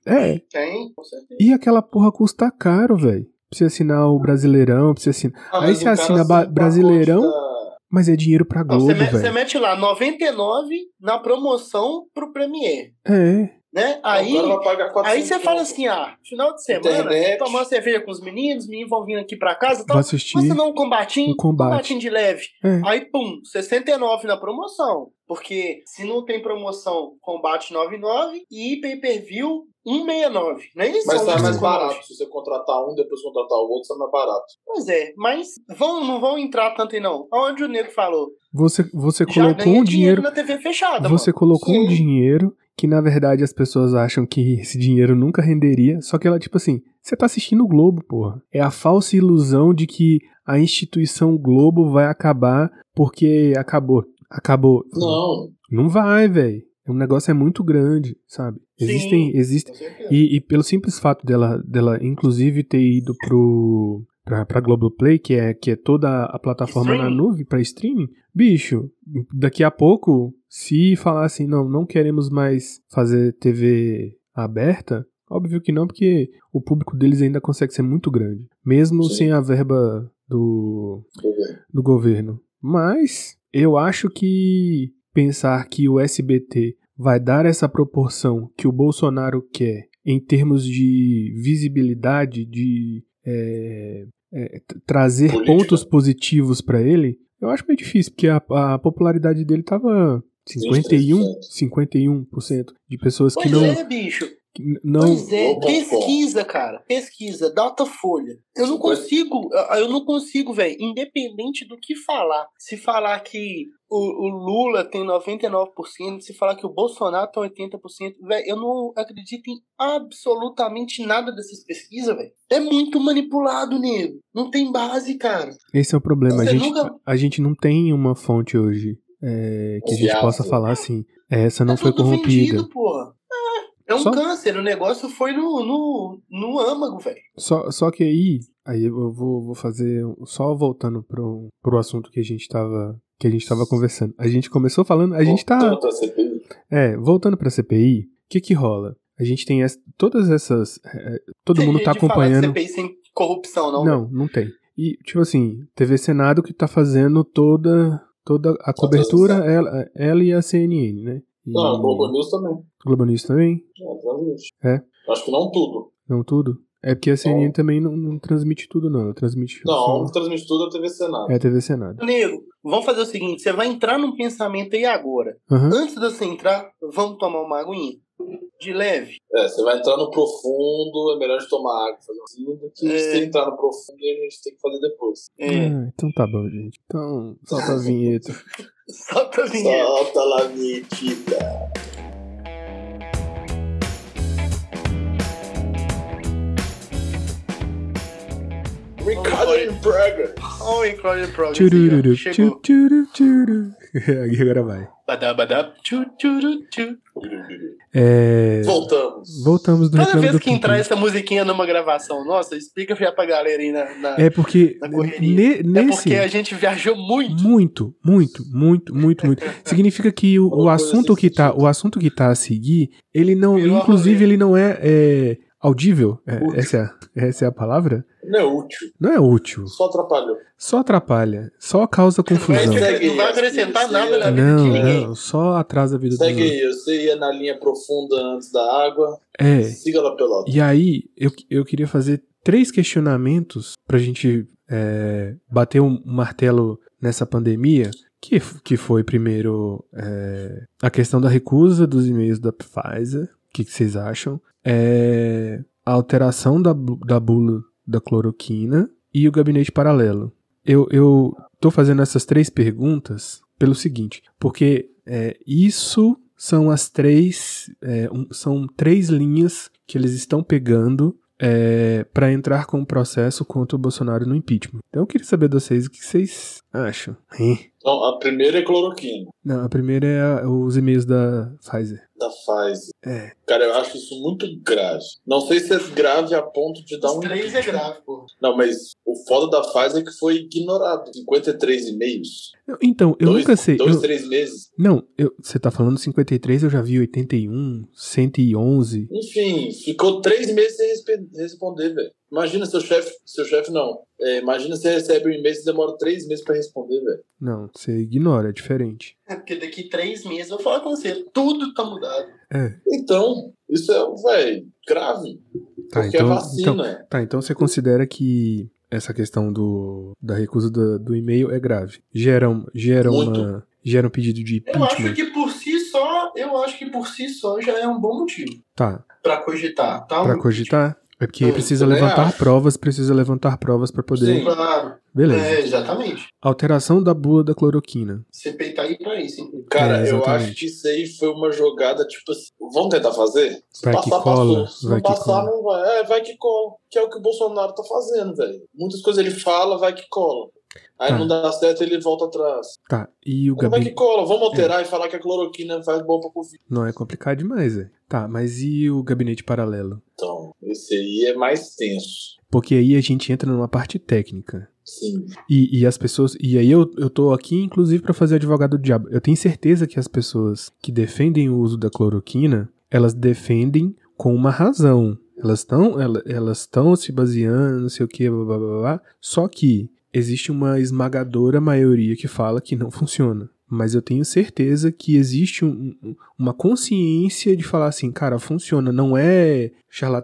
Speaker 4: É,
Speaker 3: Tem, sim. tem, com certeza.
Speaker 4: e aquela porra custa caro, velho. Pra você assinar o Brasileirão, pra você assinar.
Speaker 5: Ah,
Speaker 4: aí
Speaker 5: mas
Speaker 4: você
Speaker 5: o cara
Speaker 4: assina ba-
Speaker 5: assina o né? pacote
Speaker 4: Brasileirão?
Speaker 5: da-
Speaker 4: Mas é dinheiro pra
Speaker 3: Não,
Speaker 4: Globo,
Speaker 3: você, me- você
Speaker 4: velho.
Speaker 3: mete lá 99 na promoção pro Premier,
Speaker 4: É.
Speaker 3: né? Aí,
Speaker 5: o cara vai pagar 400
Speaker 3: aí você fala
Speaker 5: conto.
Speaker 3: assim, ah, final de semana,
Speaker 5: Internet.
Speaker 3: tomar uma cerveja com os meninos, menino vão vir aqui pra casa, e
Speaker 4: Vou
Speaker 3: tal.
Speaker 4: assistir.
Speaker 3: Mas não um combatinho,
Speaker 4: Um combate.
Speaker 3: combatinho de leve.
Speaker 4: É.
Speaker 3: Aí, pum, 69 na promoção. Porque se não tem promoção, combate 99 e pay-per-view 169. Não é isso?
Speaker 5: Mas sai mais
Speaker 3: 1,69.
Speaker 5: barato. Se você contratar um, depois contratar o outro, sai mais barato.
Speaker 3: Pois é, mas vão, não vão entrar tanto aí não. Onde o Nego falou,
Speaker 4: Você, você
Speaker 3: já
Speaker 4: colocou
Speaker 3: ganha
Speaker 4: um dinheiro.
Speaker 3: na TV fechada,
Speaker 4: Você
Speaker 3: mano.
Speaker 4: colocou um
Speaker 5: Sim.
Speaker 4: dinheiro que, na verdade, as pessoas acham que esse dinheiro nunca renderia. Só que ela, tipo assim, você tá assistindo o Globo, porra. É a falsa ilusão de que a instituição Globo vai acabar porque acabou. Acabou.
Speaker 5: Não.
Speaker 4: Não vai, velho. O negócio é muito grande, sabe?
Speaker 3: Sim.
Speaker 4: Existem, existem,
Speaker 3: Com certeza.
Speaker 4: E, e pelo simples fato dela, dela inclusive, ter ido pro, pra, pra Globoplay, que é, que é toda a plataforma na
Speaker 3: Streaming.
Speaker 4: nuvem, pra streaming, bicho, daqui a pouco, se falar assim, não, não queremos mais fazer TV aberta, óbvio que não, porque o público deles ainda consegue ser muito grande, mesmo
Speaker 5: Sim.
Speaker 4: sem a verba do,
Speaker 5: Deixa eu ver.
Speaker 4: do governo. Mas eu acho que pensar que o SBT vai dar essa proporção que o Bolsonaro quer em termos de visibilidade, de é, é, t- trazer
Speaker 5: Política.
Speaker 4: pontos positivos para ele, eu acho meio difícil, porque a, a popularidade dele tava 51, 51% de pessoas que
Speaker 3: Pois
Speaker 4: não,
Speaker 3: é, bicho.
Speaker 4: que n- não
Speaker 3: Pois é,
Speaker 5: Globo.com.
Speaker 3: pesquisa, cara. Pesquisa, data folha. Eu não
Speaker 5: Cinquenta-
Speaker 3: consigo, eu não consigo, velho. Independente do que falar. Se falar que o, o Lula tem 99%, se falar que o Bolsonaro tem 80%, velho, eu não acredito em absolutamente nada dessas pesquisas, velho. É muito manipulado, nego. Não tem base, cara.
Speaker 4: Esse é o problema. A
Speaker 3: Você
Speaker 4: gente,
Speaker 3: nunca-
Speaker 4: a gente não tem uma fonte hoje é, que a gente
Speaker 5: Confiável.
Speaker 4: possa falar assim, essa não
Speaker 3: é
Speaker 4: foi
Speaker 3: tudo
Speaker 4: corrompida.
Speaker 3: vendido, porra. É, é um
Speaker 4: Só-
Speaker 3: câncer. O negócio foi no, no, no âmago, velho.
Speaker 4: Só, só que aí, aí eu vou, vou fazer, um- só voltando pro, pro assunto que a gente tava que a gente tava conversando. A gente começou falando, a gente tá,
Speaker 5: Voltando pra CPI.
Speaker 4: é, voltando pra CPI, o que que rola? A gente tem essa- todas essas, é, todo
Speaker 3: Tem
Speaker 4: mundo tá
Speaker 3: gente falar de
Speaker 4: acompanhando.
Speaker 3: CPI sem corrupção, não. né?
Speaker 4: Não, não tem. E, tipo assim, TV Senado que tá fazendo toda, toda a cobertura, ela, ela e a CNN, né? E
Speaker 5: Não, o Globo News também.
Speaker 4: Globo News também?
Speaker 5: É, transmite.
Speaker 4: É.
Speaker 5: Acho que não tudo.
Speaker 4: Não tudo? É porque a CNN também não, não transmite tudo, não. Ela transmite.
Speaker 5: Não,
Speaker 4: só-
Speaker 5: transmite tudo a TV Senado.
Speaker 4: É a TV Senado.
Speaker 3: Nego, vamos fazer o seguinte: você vai entrar num pensamento aí agora.
Speaker 4: Aham.
Speaker 3: Antes de você entrar, vamos tomar uma aguinha. De leve.
Speaker 5: É, você vai entrar no profundo, é melhor de tomar água, fazer um do que
Speaker 3: É.
Speaker 5: você entrar no profundo e a gente tem que fazer depois.
Speaker 3: É,
Speaker 4: Ah, então tá bom, gente. Então, solta a vinheta.
Speaker 3: Só pra vinheta.
Speaker 5: Solta lá, metida. Ricardo in Braga.
Speaker 3: Olha o Incredible Progress. aí, ó.
Speaker 4: Tchururu,
Speaker 3: Chegou.
Speaker 4: tchu, tchuru, tchuru. Agora vai.
Speaker 3: Badá, badá, tchu, tchuru, tchu.
Speaker 4: É,
Speaker 5: Voltamos.
Speaker 4: Voltamos do
Speaker 3: Toda
Speaker 4: reclame
Speaker 3: vez
Speaker 4: do
Speaker 3: que entrar
Speaker 4: Pudim.
Speaker 3: essa musiquinha numa gravação nossa, explica já pra galera aí na. na-
Speaker 4: É porque
Speaker 3: na correria.
Speaker 4: ne-
Speaker 3: É
Speaker 4: nesse
Speaker 3: porque a gente viajou muito.
Speaker 4: muito, muito, muito, muito, muito. Significa que o, o
Speaker 5: Uma coisa assim tipo.
Speaker 4: assunto
Speaker 5: sem
Speaker 4: que tá,
Speaker 5: sentido.
Speaker 4: o assunto que tá a seguir, ele não,
Speaker 3: Virou
Speaker 4: inclusive
Speaker 3: arrozeiro.
Speaker 4: ele não é, é, audível. É,
Speaker 5: Útil.
Speaker 4: essa, é a, essa é a palavra.
Speaker 5: Não é útil.
Speaker 4: Não é útil.
Speaker 5: Só atrapalhou.
Speaker 4: só atrapalha, só causa confusão.
Speaker 3: Não vai,
Speaker 5: Segue
Speaker 3: não vai
Speaker 5: aí,
Speaker 3: acrescentar
Speaker 5: segue aí.
Speaker 3: nada na vida de
Speaker 4: Não,
Speaker 3: ninguém.
Speaker 4: não, só atrasa a vida do
Speaker 5: Segue aí, você ia na linha profunda antes da água.
Speaker 4: É.
Speaker 5: Siga lá pelota.
Speaker 4: E aí, eu, eu queria fazer três questionamentos pra gente é, bater um martelo nessa pandemia. Que, f- que foi primeiro é, a questão da recusa dos e-mails da Pfizer. O que, que vocês acham? É, a alteração da, bu- da bula da cloroquina e o gabinete paralelo. Eu, eu tô fazendo essas três perguntas pelo seguinte, porque é, isso são as três é, um- são três linhas que eles estão pegando é, para entrar com o processo contra o Bolsonaro no impeachment. Então eu queria saber de vocês o que vocês acham. Hein?
Speaker 5: Então, a primeira é cloroquina,
Speaker 4: Não, a primeira é a- os e-mails da Pfizer.
Speaker 5: da Pfizer.
Speaker 4: É.
Speaker 5: Cara, eu acho isso muito grave. Não sei se é grave a ponto de dar um.
Speaker 3: Os três é grave, pô.
Speaker 5: Não, mas o foda da Pfizer é que foi ignorado. 53 e-mails.
Speaker 4: Então, eu
Speaker 5: dois,
Speaker 4: nunca sei.
Speaker 5: Dois,
Speaker 4: eu-
Speaker 5: três meses.
Speaker 4: não, eu- você tá falando 53, eu já vi 81, 111.
Speaker 5: Enfim, ficou três meses sem respe- responder, velho. Imagina seu chefe. Seu chefe não. É, imagina você recebe um e-mail e demora três meses pra responder, velho.
Speaker 4: Não, você ignora, é diferente.
Speaker 3: É Porque daqui três meses eu vou falar com você. Tudo tá mudado.
Speaker 4: É,
Speaker 5: Então, isso é, velho, grave.
Speaker 4: Tá, então,
Speaker 5: porque a
Speaker 4: então,
Speaker 5: vacina.
Speaker 4: Tá, então você considera que essa questão do, da recusa do, do e-mail é grave. Gera, um- gera,
Speaker 5: Muito.
Speaker 4: uma, gera um pedido de
Speaker 3: Eu acho
Speaker 4: impeachment.
Speaker 3: que por si só, eu acho que por si só já é um bom motivo
Speaker 4: Tá,
Speaker 3: pra cogitar, tá?
Speaker 4: pra cogitar. É porque
Speaker 5: Eu
Speaker 4: precisa
Speaker 5: também
Speaker 4: levantar
Speaker 5: acho.
Speaker 4: provas, precisa levantar provas pra poder.
Speaker 5: Sim.
Speaker 3: Claro.
Speaker 4: Beleza.
Speaker 3: É, exatamente.
Speaker 4: Alteração da bula da cloroquina.
Speaker 3: Você peitar aí pra isso, inclusive.
Speaker 5: Cara,
Speaker 4: É,
Speaker 5: eu
Speaker 4: exatamente.
Speaker 5: acho que isso aí foi uma jogada, tipo assim, vamos tentar fazer? Se
Speaker 4: Vai que cola,
Speaker 5: Se
Speaker 4: vai
Speaker 5: não
Speaker 4: que
Speaker 5: passar,
Speaker 4: cola.
Speaker 5: não vai. É, vai que cola. Que é o que o Bolsonaro tá fazendo, velho. Muitas coisas ele fala, vai que cola. Aí
Speaker 4: Tá.
Speaker 5: não dá certo, ele volta atrás.
Speaker 4: Tá, e o É.
Speaker 5: Não, vai é que
Speaker 4: gabinete.
Speaker 5: cola, vamos alterar e falar que a cloroquina faz bom pra Covid.
Speaker 4: Não é complicado demais, é. Tá, mas e o gabinete paralelo?
Speaker 5: Então, esse aí é mais tenso.
Speaker 4: Porque aí a gente entra numa parte técnica.
Speaker 5: Sim.
Speaker 4: E, e as pessoas. E aí eu, eu tô aqui, inclusive, pra fazer advogado do diabo. Eu tenho certeza que as pessoas que defendem o uso da cloroquina, elas defendem com uma razão. Elas estão ela- elas estão se baseando, não sei o que, blá, blá, blá, blá. Só que existe uma esmagadora maioria que fala que não funciona. Mas eu tenho certeza que existe um- um- uma consciência de falar assim, cara, funciona, não é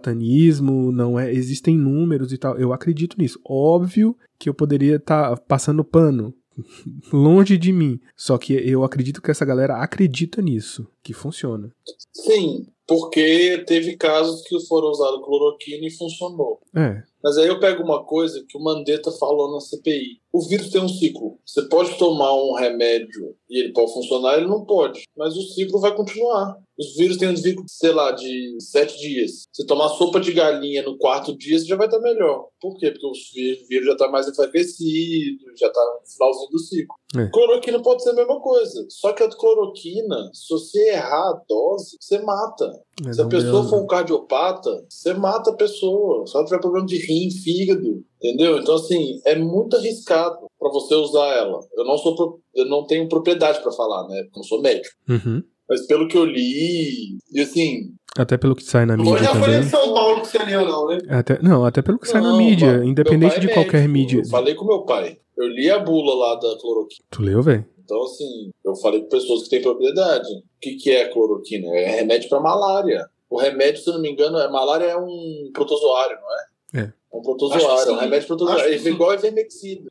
Speaker 4: charlatanismo, não é. Existem números e tal. Eu acredito nisso. Óbvio que eu poderia estar passando pano longe de mim. Só que eu acredito que essa galera acredita nisso, que funciona.
Speaker 5: Sim, porque teve casos que foram usados cloroquina e funcionou.
Speaker 4: É.
Speaker 5: Mas aí eu pego uma coisa que o Mandetta falou na CPI. O vírus tem um ciclo. Você pode tomar um remédio e ele pode funcionar, ele não pode. Mas o ciclo vai continuar. Os vírus têm um ciclo, sei lá, de sete dias. Se tomar sopa de galinha no quarto dia, você já vai estar melhor. Por quê? Porque o ví- vírus já está mais enfraquecido, já está no finalzinho do ciclo.
Speaker 4: É.
Speaker 5: Cloroquina pode ser a mesma coisa. Só que a cloroquina, se você errar a dose, você mata.
Speaker 4: é,
Speaker 5: Se a
Speaker 4: não
Speaker 5: pessoa
Speaker 4: deu-
Speaker 5: for um cardiopata, você mata a pessoa. Só tiver problema de rim, fígado, entendeu? Então, assim, é muito arriscado para você usar ela. Eu não sou, pro- eu não tenho propriedade para falar, né? Porque eu não sou médico.
Speaker 4: Uhum.
Speaker 5: Mas pelo que eu li, e assim,
Speaker 4: Até pelo que sai na
Speaker 3: Não
Speaker 4: mídia
Speaker 3: já foi em
Speaker 4: também.
Speaker 3: São Paulo que você leu, não, né?
Speaker 4: Até, não, até pelo que sai na
Speaker 5: Não,
Speaker 4: mídia,
Speaker 5: mano, meu
Speaker 4: independente
Speaker 5: pai
Speaker 4: de
Speaker 5: é
Speaker 4: qualquer
Speaker 5: médico.
Speaker 4: mídia.
Speaker 5: Eu falei com meu pai. Eu li a bula lá da cloroquina.
Speaker 4: Tu leu, velho?
Speaker 5: Então, assim, eu falei com pessoas que têm propriedade. O que, que é cloroquina? É remédio para malária. O remédio, se eu não me engano, a malária é um protozoário, não é?
Speaker 4: É.
Speaker 3: Acho
Speaker 5: Um
Speaker 3: que
Speaker 5: protozoário,
Speaker 3: sim.
Speaker 5: um remédio protozoário.
Speaker 3: Acho que
Speaker 5: É
Speaker 3: sim.
Speaker 5: igual a ivermectina.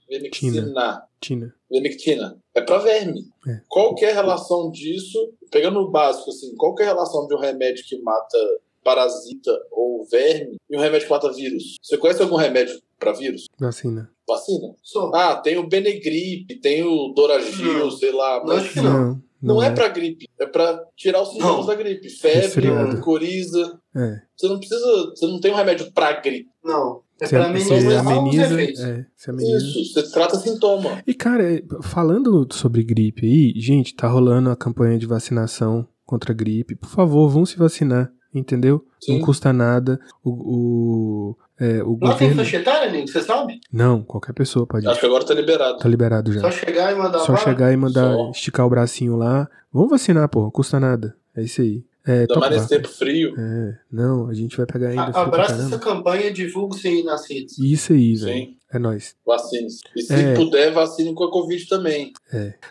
Speaker 5: Ivermectina.
Speaker 4: Tina.
Speaker 5: Ivermectina. É pra verme.
Speaker 4: É.
Speaker 5: Qual que é a relação disso? Pegando o básico, assim, qual que é a relação de um remédio que mata parasita ou verme e um remédio que mata vírus? Você conhece algum remédio pra vírus?
Speaker 4: Vacina.
Speaker 5: Vacina?
Speaker 3: Só.
Speaker 5: Ah, tem o Benegripe, tem o Doragil,
Speaker 3: Não.
Speaker 5: sei lá.
Speaker 3: Não,
Speaker 5: Mas
Speaker 3: acho que não.
Speaker 5: não, é, pra gripe, é pra tirar os sintomas
Speaker 3: Não.
Speaker 5: da gripe. Febre,
Speaker 4: Resfriado.
Speaker 5: coriza.
Speaker 4: É.
Speaker 5: Você não precisa, você não tem um remédio pra gripe.
Speaker 3: Não. É um
Speaker 4: Você,
Speaker 3: pra mim,
Speaker 4: você
Speaker 5: não é
Speaker 4: ameniza.
Speaker 3: efeitos.
Speaker 4: É, você ameniza.
Speaker 5: Isso, você trata sintoma.
Speaker 4: E, cara, é, falando sobre gripe aí, gente, tá rolando a campanha de vacinação contra a gripe. Por favor, vão se vacinar, entendeu?
Speaker 5: Sim.
Speaker 4: Não custa nada. O, o, é, o
Speaker 3: Lá tem
Speaker 4: governo.
Speaker 3: faixa etária, Nico, você sabe?
Speaker 4: Não, qualquer pessoa pode ir.
Speaker 5: Acho que agora tá liberado.
Speaker 4: Tá liberado já.
Speaker 3: Só chegar e mandar
Speaker 4: Só
Speaker 3: bala.
Speaker 4: chegar e mandar
Speaker 5: Só.
Speaker 4: esticar o bracinho lá. Vamos vacinar, porra, não custa nada. É isso aí. É,
Speaker 5: Ainda
Speaker 4: toca
Speaker 5: mais
Speaker 4: o
Speaker 5: nesse
Speaker 4: barco.
Speaker 5: tempo Ah, frio.
Speaker 4: É, não, a gente vai pegar ainda.
Speaker 3: A-
Speaker 4: frio pra
Speaker 3: "Ah, Abraça essa
Speaker 4: caramba.
Speaker 3: campanha, divulgue-se aí nas redes.
Speaker 4: Isso aí, velho.
Speaker 5: Sim,
Speaker 4: É nóis.
Speaker 5: vacine. E se
Speaker 4: É.
Speaker 5: puder, vacine com a Covid também.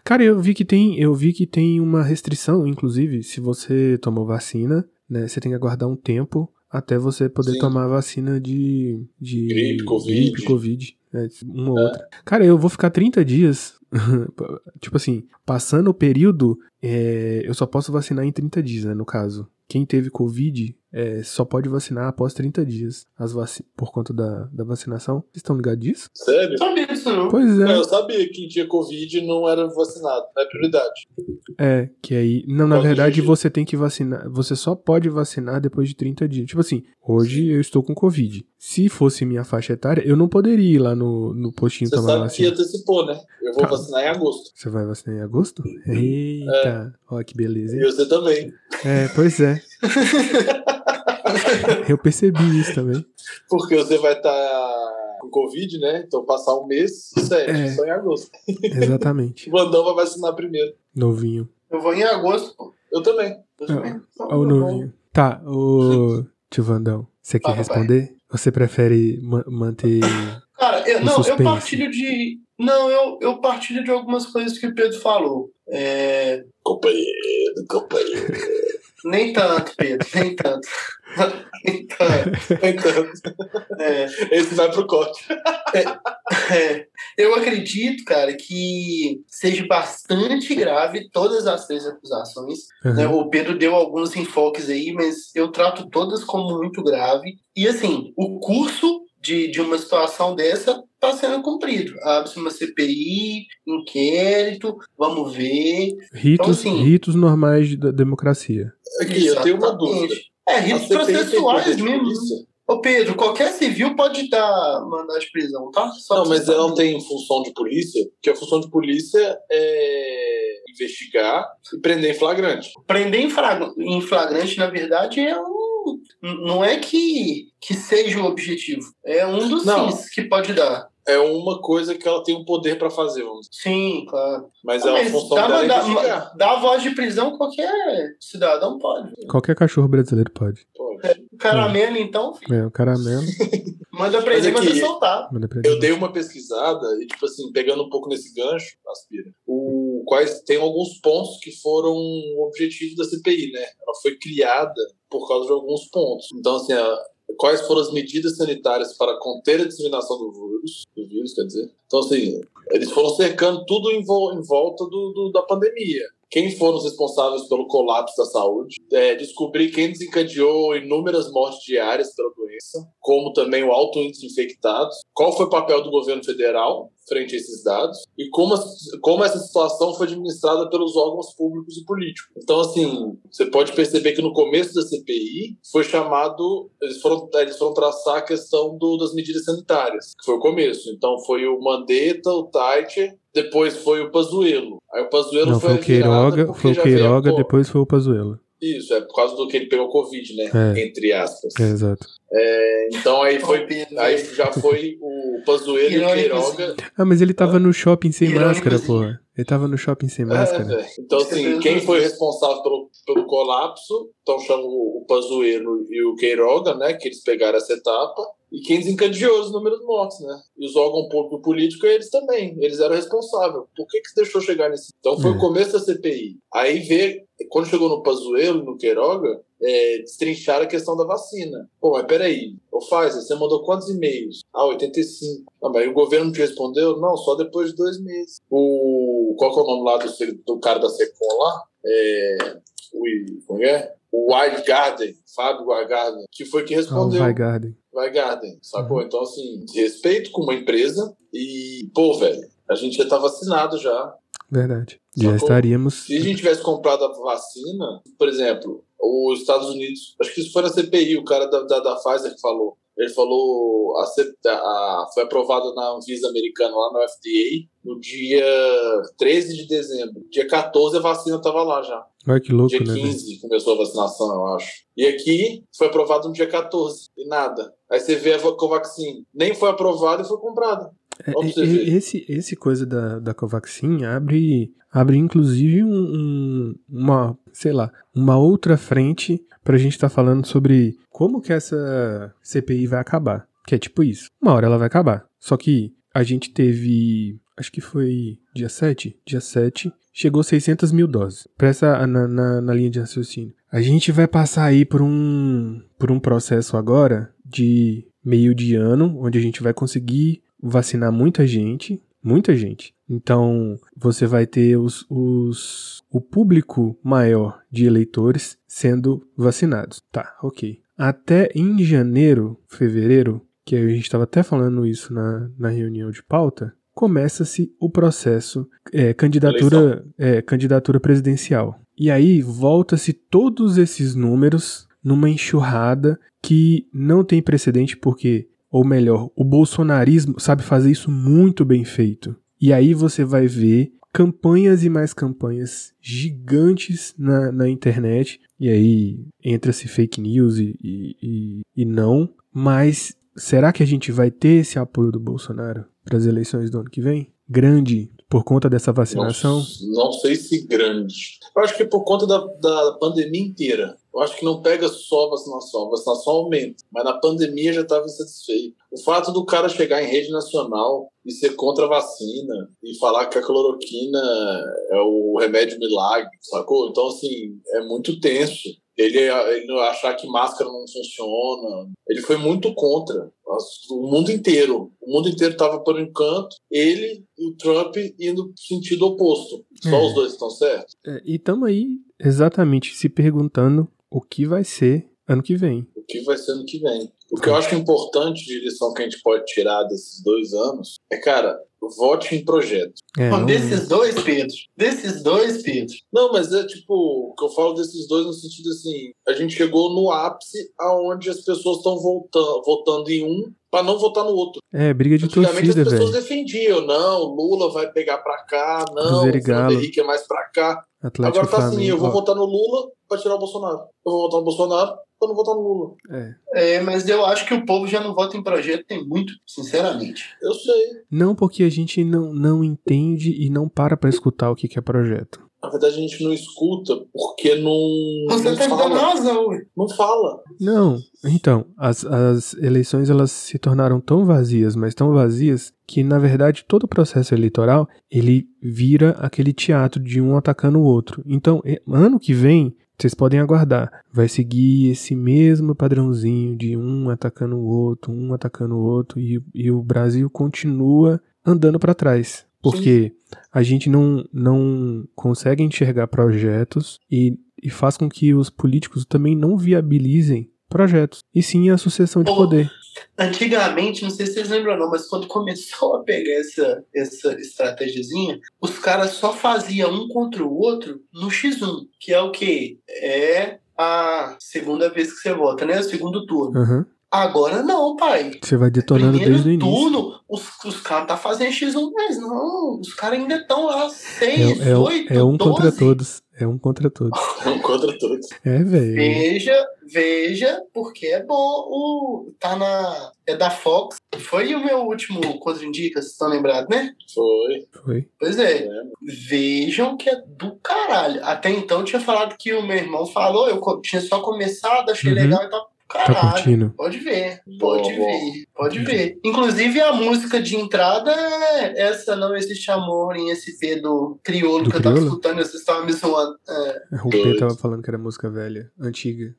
Speaker 4: Cara, eu vi que tem, eu vi que tem uma restrição, inclusive, se você tomou vacina, né, você tem que aguardar um tempo até você poder
Speaker 5: Sim.
Speaker 4: tomar a vacina de, de
Speaker 5: Gripe, Covid. É.
Speaker 4: gripe, Covid, né, uma ou outra. Cara, eu vou ficar 30 dias, tipo assim, passando o período, é, eu só posso vacinar em 30 dias, né, no caso. Quem teve Covid é, só pode vacinar após 30 dias as vaci por conta da, da vacinação. Vocês estão ligados disso?
Speaker 5: Sério?
Speaker 3: Não sabia disso, não.
Speaker 4: Pois é.
Speaker 5: É, eu sabia que tinha Covid e não era vacinado, não é prioridade.
Speaker 4: É, que aí. Não, na
Speaker 5: Pode
Speaker 4: verdade,
Speaker 5: dirigir.
Speaker 4: você tem que vacinar. Você só pode vacinar depois de 30 dias. Tipo assim, hoje eu estou com Covid. Se fosse minha faixa etária, eu não poderia ir lá no, no postinho
Speaker 5: Você
Speaker 4: tomar
Speaker 5: sabe que
Speaker 4: vacina. Tá.
Speaker 5: antecipou, né? Eu Uhum. É. vou
Speaker 4: Calma.
Speaker 5: vacinar em agosto.
Speaker 4: Você vai vacinar em agosto? Eita, ó que beleza.
Speaker 5: E
Speaker 4: hein?
Speaker 5: você também.
Speaker 4: É, pois é. eu percebi isso também.
Speaker 5: Porque você vai estar com Covid, né? Então passar um mês, sério,
Speaker 4: É.
Speaker 5: só em agosto.
Speaker 4: Exatamente.
Speaker 5: O Vandão vai vacinar primeiro.
Speaker 4: Novinho.
Speaker 3: Eu vou em agosto, pô.
Speaker 5: Eu também.
Speaker 3: Eu
Speaker 4: Ah,
Speaker 3: também. Então,
Speaker 4: Ó, o
Speaker 3: tá bom.
Speaker 4: novinho. Tá, ô. Tio Vandão, você
Speaker 5: Tá,
Speaker 4: quer
Speaker 3: Fala, pai.
Speaker 4: responder? Você prefere ma- manter.
Speaker 5: Então,
Speaker 3: Cara, eu,
Speaker 4: Um
Speaker 3: não, eu
Speaker 4: suspense.
Speaker 3: partilho de. Não, eu, eu partilho de algumas coisas que o Pedro falou. É,
Speaker 5: Companheiro, companheiro.
Speaker 3: nem tanto, Pedro, nem tanto. nem tanto.
Speaker 5: Então,
Speaker 3: É,
Speaker 5: esse vai pro corte.
Speaker 3: é, eu acredito, cara, que seja bastante grave todas as três acusações. né?
Speaker 4: Aham.
Speaker 3: O Pedro deu alguns enfoques aí, mas eu trato todas como muito grave. E assim, o curso de, de uma situação dessa está sendo cumprido. Abre-se uma CPI, inquérito, vamos ver.
Speaker 4: Ritos,
Speaker 3: Então, assim-
Speaker 4: ritos normais de- da democracia.
Speaker 5: Aqui, eu tenho uma
Speaker 3: Exatamente.
Speaker 5: dúvida.
Speaker 3: É,
Speaker 5: A
Speaker 3: ritos
Speaker 5: CPI tem coisa
Speaker 3: processuais
Speaker 5: de
Speaker 3: mesmo. né?
Speaker 5: polícia?
Speaker 3: Ô Pedro, qualquer civil pode dar mandado de prisão, tá? Só
Speaker 5: Não,
Speaker 3: pra
Speaker 5: mas é
Speaker 3: você
Speaker 5: ela não
Speaker 3: saber.
Speaker 5: tem função de polícia, porque a função de polícia é investigar e prender em flagrante.
Speaker 3: Prender em flagra- em flagrante, na verdade, é um. n- Não é que, que seja o objetivo. É um dos
Speaker 5: Não.
Speaker 3: fins que pode dar.
Speaker 5: É uma coisa que ela tem o poder pra fazer, vamos dizer.
Speaker 3: Sim, claro.
Speaker 5: Mas
Speaker 3: Ah,
Speaker 5: é a
Speaker 3: mas
Speaker 5: função
Speaker 3: dá,
Speaker 5: dela é
Speaker 3: mandar-
Speaker 5: investigar.
Speaker 3: ma- dar a voz de prisão qualquer cidadão pode.
Speaker 4: Qualquer cachorro brasileiro pode.
Speaker 5: Pode.
Speaker 3: Caramelo, então, filho,
Speaker 4: É, o caramelo,
Speaker 3: manda prender,
Speaker 5: Hum. Mas é
Speaker 3: mas
Speaker 5: aqui-
Speaker 3: você soltar.
Speaker 4: manda pra
Speaker 5: Eu
Speaker 4: ele.
Speaker 5: dei uma pesquisada e, tipo assim, pegando um pouco nesse gancho, Aspira, o, quais tem alguns pontos que foram o objetivo da CPI, né? Ela foi criada por causa de alguns pontos. Então, assim, a- quais foram as medidas sanitárias para conter a disseminação do vírus, do vírus, quer dizer. Então, assim, eles foram cercando tudo em, vol- em volta do- do- da pandemia. Quem foram os responsáveis pelo colapso da saúde? É, descobrir quem desencadeou inúmeras mortes diárias pela doença, como também o alto índice de infectados. Qual foi o papel do governo federal frente a esses dados? E como, as- como essa situação foi administrada pelos órgãos públicos e políticos? Então, assim, você pode perceber que no começo da CPI foi chamado, eles foram, eles foram traçar a questão do- das medidas sanitárias, que foi o começo. Então, foi o Mandetta, o Taicher, depois foi o Pazuello. Aí o Pazuello
Speaker 4: Não, foi o
Speaker 5: aliviado
Speaker 4: Queiroga,
Speaker 5: porque
Speaker 4: foi o
Speaker 5: já veio a
Speaker 4: Queiroga,
Speaker 5: cor.
Speaker 4: depois foi o Pazuello.
Speaker 5: Isso, é por causa do que ele pegou Covid, né?
Speaker 4: É.
Speaker 5: Entre aspas.
Speaker 4: É, exato.
Speaker 5: Então aí foi.
Speaker 3: Pedro,
Speaker 5: Aí já foi o Pazuello e o
Speaker 3: Irônico,
Speaker 5: Queiroga.
Speaker 4: Ah, mas ele tava no shopping sem
Speaker 3: Irônico,
Speaker 4: máscara,
Speaker 3: sim.
Speaker 4: porra. Ele tava no shopping sem
Speaker 5: É,
Speaker 4: máscara.
Speaker 5: velho. então, assim, quem foi responsável pelo, pelo colapso? Então, chama o Pazuello e o Queiroga, né? Que eles pegaram essa etapa. E quem desencadeou os números mortos, né? E os órgãos público político, eles também. Eles eram responsáveis. Por que que se deixou chegar nesse... Então, foi
Speaker 4: É.
Speaker 5: o começo da CPI. Aí, vê... Quando chegou no Pazuello, no Queiroga, é, destrinchar a questão da vacina. Pô, mas peraí, ô Pfizer, você mandou quantos e-mails? Ah, 85. Ah, mas o governo te respondeu? Não, só depois de dois meses. O, qual que é o nome lá do, do cara da Secom lá? É, o, como é? O Weingarten, Fábio Weingarten, que foi que respondeu.
Speaker 4: Ah, Vai Garden.
Speaker 5: Vai Garden, sacou? Então, assim, respeito com uma empresa e, pô, velho, a gente já tá vacinado já.
Speaker 4: Verdade.
Speaker 5: Sacou?
Speaker 4: Já estaríamos.
Speaker 5: Se a gente tivesse comprado a vacina, por exemplo, os Estados Unidos, acho que isso foi na CPI, o cara da, da, da Pfizer que falou. Ele falou, a, C- a- foi aprovado na Anvisa americana lá no FDA no dia 13 de dezembro. Dia 14 a vacina estava lá já.
Speaker 4: Olha que louco,
Speaker 5: Dia
Speaker 4: né? velho?
Speaker 5: 15 começou a vacinação, eu acho. E aqui foi aprovado no dia 14 e nada. Aí você vê a va- Covaxin, nem foi aprovada e foi comprada.
Speaker 4: É,
Speaker 5: Ó pra você
Speaker 4: é,
Speaker 5: ver.
Speaker 4: Esse, esse coisa da, da Covaxin abre, abre inclusive um, um- uma, sei lá, uma outra frente pra gente estar falando sobre como que essa CPI vai acabar. Que é tipo isso. Uma hora ela vai acabar. Só que a gente teve, acho que foi dia 7, dia 7, chegou 600 mil doses. Pra essa, na, na, na linha de raciocínio. A gente vai passar aí por um, por um processo agora de meio de ano, onde a gente vai conseguir vacinar muita gente, muita gente. Então, você vai ter os, os, o público maior de eleitores sendo vacinados. Tá, ok. Até em janeiro, fevereiro, que a gente estava até falando isso na, na reunião de pauta, começa-se o processo é, candidatura, é, candidatura presidencial. E aí volta-se todos esses números numa enxurrada que não tem precedente porque ou melhor, o bolsonarismo sabe fazer isso muito bem feito. E aí você vai ver campanhas e mais campanhas gigantes na, na internet. E aí entra-se fake news e, e, e, e não. Mas será que a gente vai ter esse apoio do Bolsonaro para as eleições do ano que vem? Grande por conta dessa vacinação?
Speaker 5: Não, não sei se grande. Eu acho que por conta da, da pandemia inteira. Eu acho que não pega só a vacinação. A vacinação aumenta, mas na pandemia já estava insatisfeito. O fato do cara chegar em rede nacional e ser contra a vacina e falar que a cloroquina é o remédio milagre, sacou? Então, assim, é muito tenso. Ele, ele achar que máscara não funciona. Ele foi muito contra as- o mundo inteiro. O mundo inteiro estava por um canto, ele e o Trump indo no sentido oposto. Só
Speaker 4: É.
Speaker 5: os dois estão certos.
Speaker 4: É, E estamos aí exatamente se perguntando o que vai ser ano que vem.
Speaker 5: O que vai ser ano que vem. O que eu acho importante de lição que a gente pode tirar desses dois anos é, cara, vote em projeto.
Speaker 4: É,
Speaker 3: Bom,
Speaker 4: não-
Speaker 3: desses dois, Pedro. Desses dois, Pedro.
Speaker 5: Não, mas é tipo, o que eu falo desses dois no sentido assim, a gente chegou no ápice aonde as pessoas estão voltando, votando em um para não votar no outro.
Speaker 4: é briga de
Speaker 5: Antigamente
Speaker 4: torcida,
Speaker 5: as pessoas
Speaker 4: velho.
Speaker 5: defendiam, não, Lula vai pegar para cá, não,
Speaker 4: Cruzeiro e
Speaker 5: o Fernando
Speaker 4: Galo.
Speaker 5: Henrique é mais para cá.
Speaker 4: Atlético
Speaker 5: Agora tá
Speaker 4: Flamengo.
Speaker 5: assim, eu vou
Speaker 4: ó.
Speaker 5: votar no Lula para tirar o Bolsonaro. Eu vou votar no Bolsonaro para não votar no Lula.
Speaker 4: É.
Speaker 3: É, mas eu acho que o povo já não vota em projeto tem muito, sinceramente.
Speaker 5: Eu sei.
Speaker 4: Não porque a gente não, não entende e não para pra escutar o que, que é projeto.
Speaker 5: Na verdade a gente não escuta porque não
Speaker 3: Você
Speaker 5: não
Speaker 3: tá me dando
Speaker 5: fala,
Speaker 3: razão, ué.
Speaker 5: não fala.
Speaker 4: Não, então, as, as eleições elas se tornaram tão vazias, mas tão vazias, que na verdade todo o processo eleitoral ele vira aquele teatro de um atacando o outro. Então, e- ano que vem, vocês podem aguardar, vai seguir esse mesmo padrãozinho de um atacando o outro, um atacando o outro, e, e o Brasil continua andando pra trás. Porque a gente não, não consegue enxergar projetos e, e faz com que os políticos também não viabilizem projetos, e sim a sucessão de
Speaker 3: Ô,
Speaker 4: poder.
Speaker 3: Antigamente, não sei se vocês lembram ou não, mas quando começou a pegar essa, essa estratégiazinha, os caras só faziam um contra o outro no X1, que é o quê? É a segunda vez que você vota, né? O segundo turno.
Speaker 4: Aham.
Speaker 3: Agora não, pai.
Speaker 4: Você vai detonando
Speaker 3: Primeiro
Speaker 4: desde o início.
Speaker 3: turno, os, os caras não tá fazendo X1 mais, não. Os caras ainda estão lá, seis,
Speaker 4: É, é, o-
Speaker 3: oito,
Speaker 4: é um
Speaker 3: 12.
Speaker 4: contra todos. É um contra todos.
Speaker 5: Não contra todos.
Speaker 4: É, velho.
Speaker 3: Veja, veja, porque é bom o. Tá na. É da Fox. Foi o meu último Contraindica, vocês estão lembrados, né?
Speaker 5: Foi.
Speaker 4: Foi.
Speaker 3: Pois é.
Speaker 5: né?
Speaker 3: Vejam que é do caralho. Até então eu tinha falado que o meu irmão falou, eu co- tinha só começado, achei
Speaker 4: Uhum.
Speaker 3: legal e tal. Caralho,
Speaker 4: curtindo?
Speaker 3: pode ver,
Speaker 5: Boa,
Speaker 3: pode
Speaker 5: boa.
Speaker 3: ver, pode ver. Inclusive a música de entrada é essa não existe amor em SP do Criolo,
Speaker 4: Do
Speaker 3: que eu tava
Speaker 4: Criolo?
Speaker 3: escutando e vocês estavam me zoando. É,
Speaker 4: O Pedro tava falando que era música velha, antiga.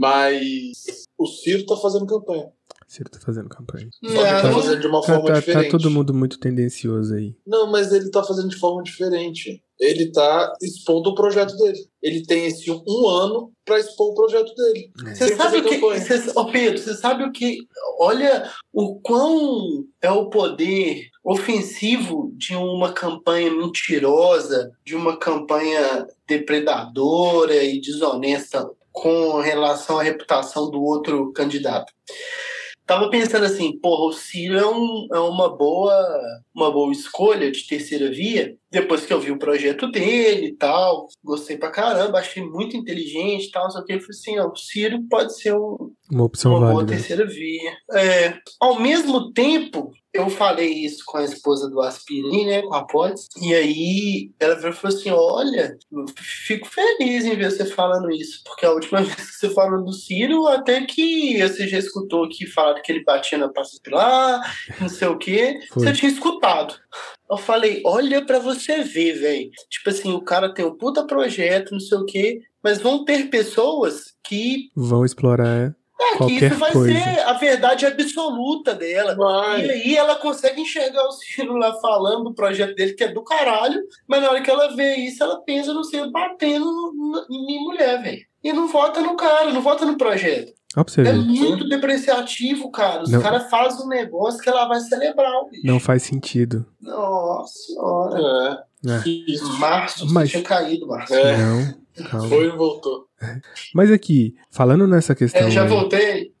Speaker 5: Mas o Ciro tá fazendo campanha.
Speaker 4: Ciro tá fazendo campanha.
Speaker 5: Só que tá
Speaker 3: não,
Speaker 5: fazendo de uma
Speaker 4: Tá,
Speaker 5: forma
Speaker 4: tá- tá
Speaker 5: diferente.
Speaker 4: todo mundo muito tendencioso aí.
Speaker 5: Não, mas ele tá fazendo de forma diferente. Ele tá expondo o projeto dele. Ele tem esse um ano pra expor o projeto dele.
Speaker 4: né?
Speaker 3: Você
Speaker 5: Tem que
Speaker 3: sabe
Speaker 5: fazer
Speaker 3: o que.
Speaker 5: campanha.
Speaker 3: Você, ô Pedro, você sabe o que. Olha o quão é o poder ofensivo de uma campanha mentirosa, de uma campanha depredadora e desonesta com relação à reputação do outro candidato. Tava pensando assim, porra, o Ciro é, um- é uma, boa, uma boa escolha de terceira via. Depois que eu vi o projeto dele e tal, gostei pra caramba, achei muito inteligente e tal, só que eu falei assim, ó, o Ciro pode ser um,
Speaker 4: É, Uma opção
Speaker 3: uma boa
Speaker 4: válida.
Speaker 3: terceira via. É, ao mesmo tempo, eu falei isso com a esposa do Aspirin, né, com a Polis, e aí ela virou e falou assim, olha, eu fico feliz em ver você falando isso, porque a última vez que você falou do Ciro, até que você já escutou aqui falar que ele batia na pasta pilar, não sei o quê,
Speaker 4: Foi.
Speaker 3: você tinha escutado. Eu falei, olha pra você ver, velho. Tipo assim, o cara tem um puta projeto, não sei o quê, mas vão ter pessoas que
Speaker 4: Vão explorar. é?
Speaker 3: é que
Speaker 4: Qualquer
Speaker 3: isso vai
Speaker 4: coisa.
Speaker 3: ser a verdade absoluta dela.
Speaker 5: Vai.
Speaker 3: E aí ela consegue enxergar o Ciro lá falando do projeto dele, que é do caralho, mas na hora que ela vê isso, ela pensa no Ciro batendo n- em mulher, velho. E não vota no cara, não vota no projeto.
Speaker 4: Ó, pra você
Speaker 3: É
Speaker 4: ver.
Speaker 3: muito depreciativo, cara. Os
Speaker 4: Não.
Speaker 3: caras fazem um negócio que ela vai celebrar, bicho.
Speaker 4: Não faz sentido.
Speaker 3: Nossa senhora.
Speaker 5: É.
Speaker 4: É.
Speaker 5: Isso.
Speaker 3: Márcio,
Speaker 4: Mas-
Speaker 3: você tinha caído, Márcio.
Speaker 5: É.
Speaker 4: Não, calma.
Speaker 5: Foi e voltou.
Speaker 4: Mas aqui, falando nessa questão.
Speaker 3: É, já
Speaker 4: aí-
Speaker 3: voltei.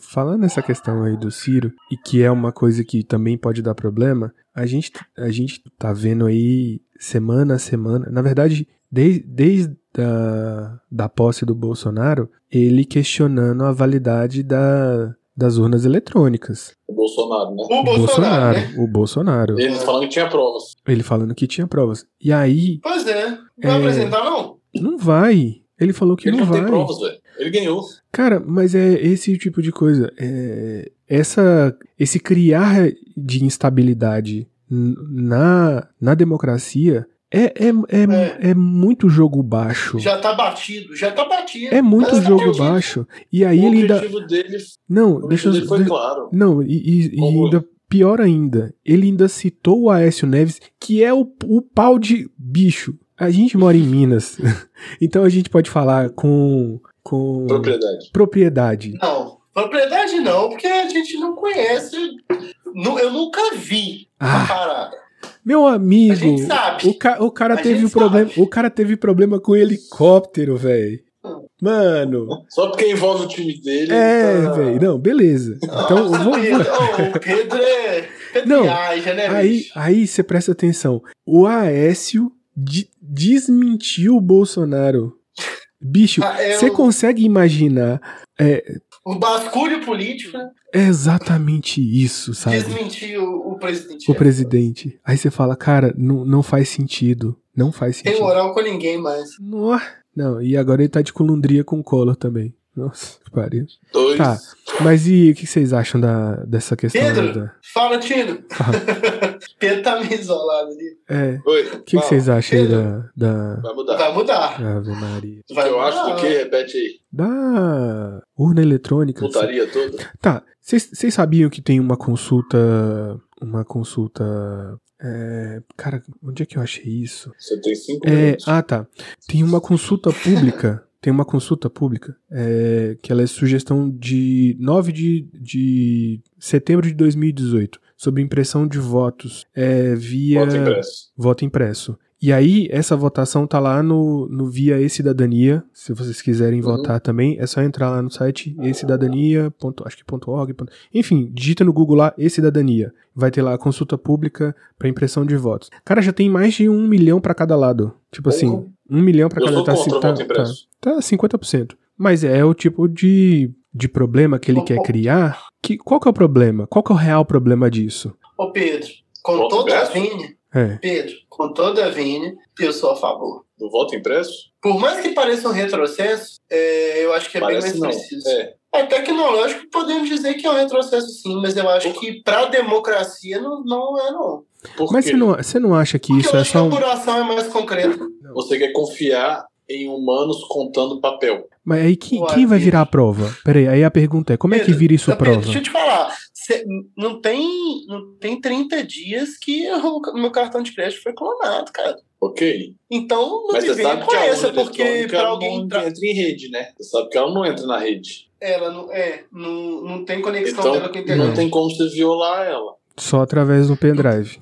Speaker 4: Falando nessa questão aí do Ciro, e que é uma coisa que também pode dar problema, a gente, a gente tá vendo aí semana a semana. Na verdade, desde, desde a, da posse do Bolsonaro, ele questionando a validade da, das urnas eletrônicas.
Speaker 5: O Bolsonaro, né?
Speaker 3: O Bolsonaro, né?
Speaker 4: O Bolsonaro.
Speaker 5: Eles falam que tinha provas.
Speaker 4: Ele falando que tinha provas. E aí,
Speaker 3: Pois é. Não vai
Speaker 4: É.
Speaker 3: apresentar, não?
Speaker 4: não vai. Ele falou que
Speaker 5: ele
Speaker 4: não
Speaker 5: não
Speaker 4: vai.
Speaker 5: tem provas, velho. Ele ganhou.
Speaker 4: Cara, mas é esse tipo de coisa. é, essa, esse criar de instabilidade n- na, na democracia é, é, é, é muito jogo baixo.
Speaker 3: Já tá batido, já tá batido.
Speaker 4: É muito
Speaker 3: Mas
Speaker 4: jogo
Speaker 3: eu-
Speaker 4: baixo. E aí
Speaker 5: o
Speaker 4: ele ainda.
Speaker 5: objetivo dele, o
Speaker 4: Não, deixa
Speaker 5: objetivo
Speaker 4: eu.
Speaker 5: dele foi claro.
Speaker 4: Não, e, e- e
Speaker 5: Como?
Speaker 4: ainda pior ainda, ele ainda citou o Aécio Neves, que é o, o pau de bicho. A gente mora em Minas, então a gente pode falar com, com
Speaker 5: Propriedade.
Speaker 4: propriedade.
Speaker 3: Não, propriedade não, porque a gente não conhece. nu- Eu nunca vi
Speaker 4: Ah.
Speaker 3: a parada.
Speaker 4: Meu amigo,
Speaker 3: A gente sabe.
Speaker 4: o, ca- o cara
Speaker 3: A
Speaker 4: teve
Speaker 3: gente
Speaker 4: o problema,
Speaker 3: sabe.
Speaker 4: o cara teve problema com o helicóptero, velho. Mano,
Speaker 5: Só porque envolve o time
Speaker 3: Hum.
Speaker 5: dele.
Speaker 4: é,
Speaker 5: tá-
Speaker 4: velho, não, beleza. Então, eu vou-
Speaker 3: Pedro, ô, o Pedro é. Pedro
Speaker 4: Não,
Speaker 3: viaja, né,
Speaker 4: aí,
Speaker 3: bicho?
Speaker 4: aí você presta atenção. O Aécio de- desmentiu o Bolsonaro. Bicho,
Speaker 3: Ah, é
Speaker 4: você
Speaker 3: o-
Speaker 4: consegue imaginar é,
Speaker 3: O basculho político né,
Speaker 4: é exatamente isso, sabe?
Speaker 3: desmentiu o, o presidente.
Speaker 4: O presidente. Aí você fala, cara, não, não faz sentido. Não faz
Speaker 3: Tem um
Speaker 4: sentido.
Speaker 3: moral com ninguém mais.
Speaker 4: Nó. Não, e agora ele tá de colundria com o Collor também. Nossa, que pariu.
Speaker 5: Dois.
Speaker 4: Tá, mas e o que vocês acham da, dessa questão? aí
Speaker 3: Pedro,
Speaker 4: da-
Speaker 3: fala, Tino.
Speaker 4: Fala.
Speaker 3: Pedro tá meio isolado ali.
Speaker 4: É,
Speaker 5: Oi.
Speaker 4: o que que vocês acham aí da, da
Speaker 5: Vai mudar.
Speaker 3: Vai mudar.
Speaker 4: Ave Maria?
Speaker 3: Vai
Speaker 5: eu acho
Speaker 3: mudar.
Speaker 5: do que, repete aí.
Speaker 4: Da urna eletrônica?
Speaker 5: Putaria toda.
Speaker 4: Tá, vocês vocês sabiam que tem uma consulta... Uma consulta... é, cara, onde é que eu achei isso?
Speaker 5: Você tem cinco
Speaker 4: É,
Speaker 5: minutos.
Speaker 4: ah, tá. Tem uma consulta pública. Tem uma consulta pública é, que ela é sugestão de 9 de, de setembro de 2018 sobre impressão de votos é, via
Speaker 5: Voto impresso.
Speaker 4: voto impresso. E aí, essa votação tá lá no, no Via E-Cidadania. Se vocês quiserem
Speaker 5: Uhum.
Speaker 4: votar também, é só entrar lá no site e-cidadania. ponto- Acho que ponto .org. ponto- Enfim, digita no Google lá e-cidadania. Vai ter lá a consulta pública para impressão de votos. Cara, já tem mais de um milhão para cada lado. Tipo assim,
Speaker 5: Porra.
Speaker 4: um milhão para
Speaker 5: Eu
Speaker 4: cada
Speaker 5: sou
Speaker 4: tá,
Speaker 5: contra o
Speaker 4: tá,
Speaker 5: voto impresso.
Speaker 4: tá, tá 50%. Mas é o tipo de, de problema que ele quer criar. Que, qual que é o problema? Qual que é o real problema disso?
Speaker 3: Ô, Pedro, com
Speaker 5: Voto
Speaker 3: toda a
Speaker 5: impresso?
Speaker 3: vinha,
Speaker 4: É.
Speaker 3: Pedro, com toda a vini, eu sou a favor.
Speaker 5: Do voto impresso?
Speaker 3: Por mais que pareça um retrocesso, é, eu acho que é
Speaker 5: Parece
Speaker 3: bem
Speaker 5: não.
Speaker 3: mais preciso.
Speaker 5: É.
Speaker 3: É tecnológico, podemos dizer que é um retrocesso sim, mas eu acho que para a democracia não, não é não.
Speaker 5: Por
Speaker 4: Mas
Speaker 5: quê?
Speaker 4: você não, você não acha que
Speaker 3: Porque
Speaker 4: isso
Speaker 3: eu
Speaker 4: é
Speaker 3: acho que a
Speaker 4: só um...
Speaker 3: apuração é mais concreta.
Speaker 5: Você quer confiar em humanos contando papel.
Speaker 4: Mas aí quem,
Speaker 3: Ué,
Speaker 4: quem vai
Speaker 3: Pedro.
Speaker 4: virar a prova? Peraí, aí a pergunta é, como é que
Speaker 3: Pedro,
Speaker 4: vira isso a
Speaker 3: Pedro,
Speaker 4: prova?
Speaker 3: Deixa eu te falar, cê- não, tem, não tem 30 dias que o meu cartão de crédito foi clonado, cara.
Speaker 5: Ok.
Speaker 3: Então não
Speaker 5: Mas
Speaker 3: me
Speaker 5: você
Speaker 3: venha
Speaker 5: sabe
Speaker 3: com
Speaker 5: que a
Speaker 3: essa,
Speaker 5: urna
Speaker 3: porque
Speaker 5: eletrônica é um
Speaker 3: para alguém
Speaker 5: não
Speaker 3: entrar.
Speaker 5: entra em rede, né? Você sabe que ela não entra na rede.
Speaker 3: Ela não, é, não, não tem conexão
Speaker 5: Então,
Speaker 3: dela com a
Speaker 5: não
Speaker 3: internet.
Speaker 5: tem como você violar ela.
Speaker 4: Só através do pendrive.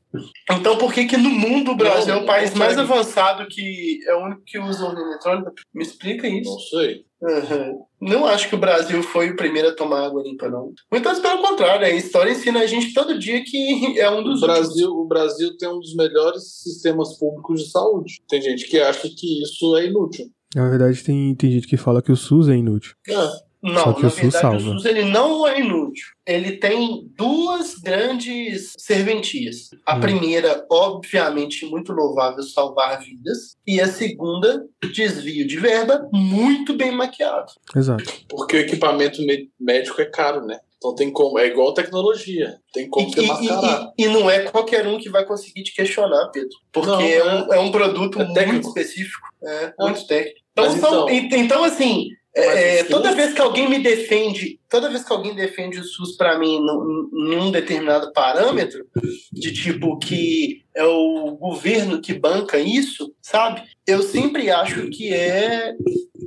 Speaker 3: Então por que que no mundo o Brasil é
Speaker 5: Não,
Speaker 3: o país
Speaker 5: não
Speaker 3: mais
Speaker 5: tem.
Speaker 3: avançado que é o único que usa urna eletrônica? Me explica isso.
Speaker 5: Não sei.
Speaker 3: Aham. Não acho que o Brasil foi o primeiro a tomar água limpa, não. Muito antes, pelo contrário, a história ensina a gente todo dia que é um
Speaker 5: O
Speaker 3: dos
Speaker 5: Brasil, o Brasil tem um dos melhores sistemas públicos de saúde. Tem gente que acha que isso é inútil.
Speaker 4: Na verdade, tem, tem gente que fala que o SUS é inútil.
Speaker 5: É.
Speaker 3: Não,
Speaker 4: Só que
Speaker 3: na
Speaker 4: o SUS
Speaker 3: verdade
Speaker 4: salva.
Speaker 3: o SUS ele não é inútil. Ele tem duas grandes serventias. A
Speaker 4: Hum.
Speaker 3: primeira, obviamente, muito louvável, salvar vidas. E a segunda, desvio de verba, muito bem maquiado.
Speaker 4: Exato.
Speaker 5: Porque o equipamento mé- médico é caro, né? Então tem como. É igual tecnologia. Tem
Speaker 3: E,
Speaker 5: como é você
Speaker 3: e-
Speaker 5: mascarar.
Speaker 3: e- e não é qualquer um que vai conseguir te questionar, Pedro. Porque
Speaker 5: Não,
Speaker 3: é, um, é um produto
Speaker 5: é
Speaker 3: muito
Speaker 5: técnico.
Speaker 3: específico, é,
Speaker 5: Ah.
Speaker 3: muito técnico. Então,
Speaker 5: Mas
Speaker 3: são-
Speaker 5: então-
Speaker 3: en- então, assim, é,
Speaker 5: Mas
Speaker 3: é,
Speaker 5: o
Speaker 3: toda
Speaker 5: SUS-
Speaker 3: vez que alguém me defende, toda vez que alguém defende o SUS para mim num, num determinado parâmetro, de tipo que é o governo que banca isso, sabe? Eu sempre acho que é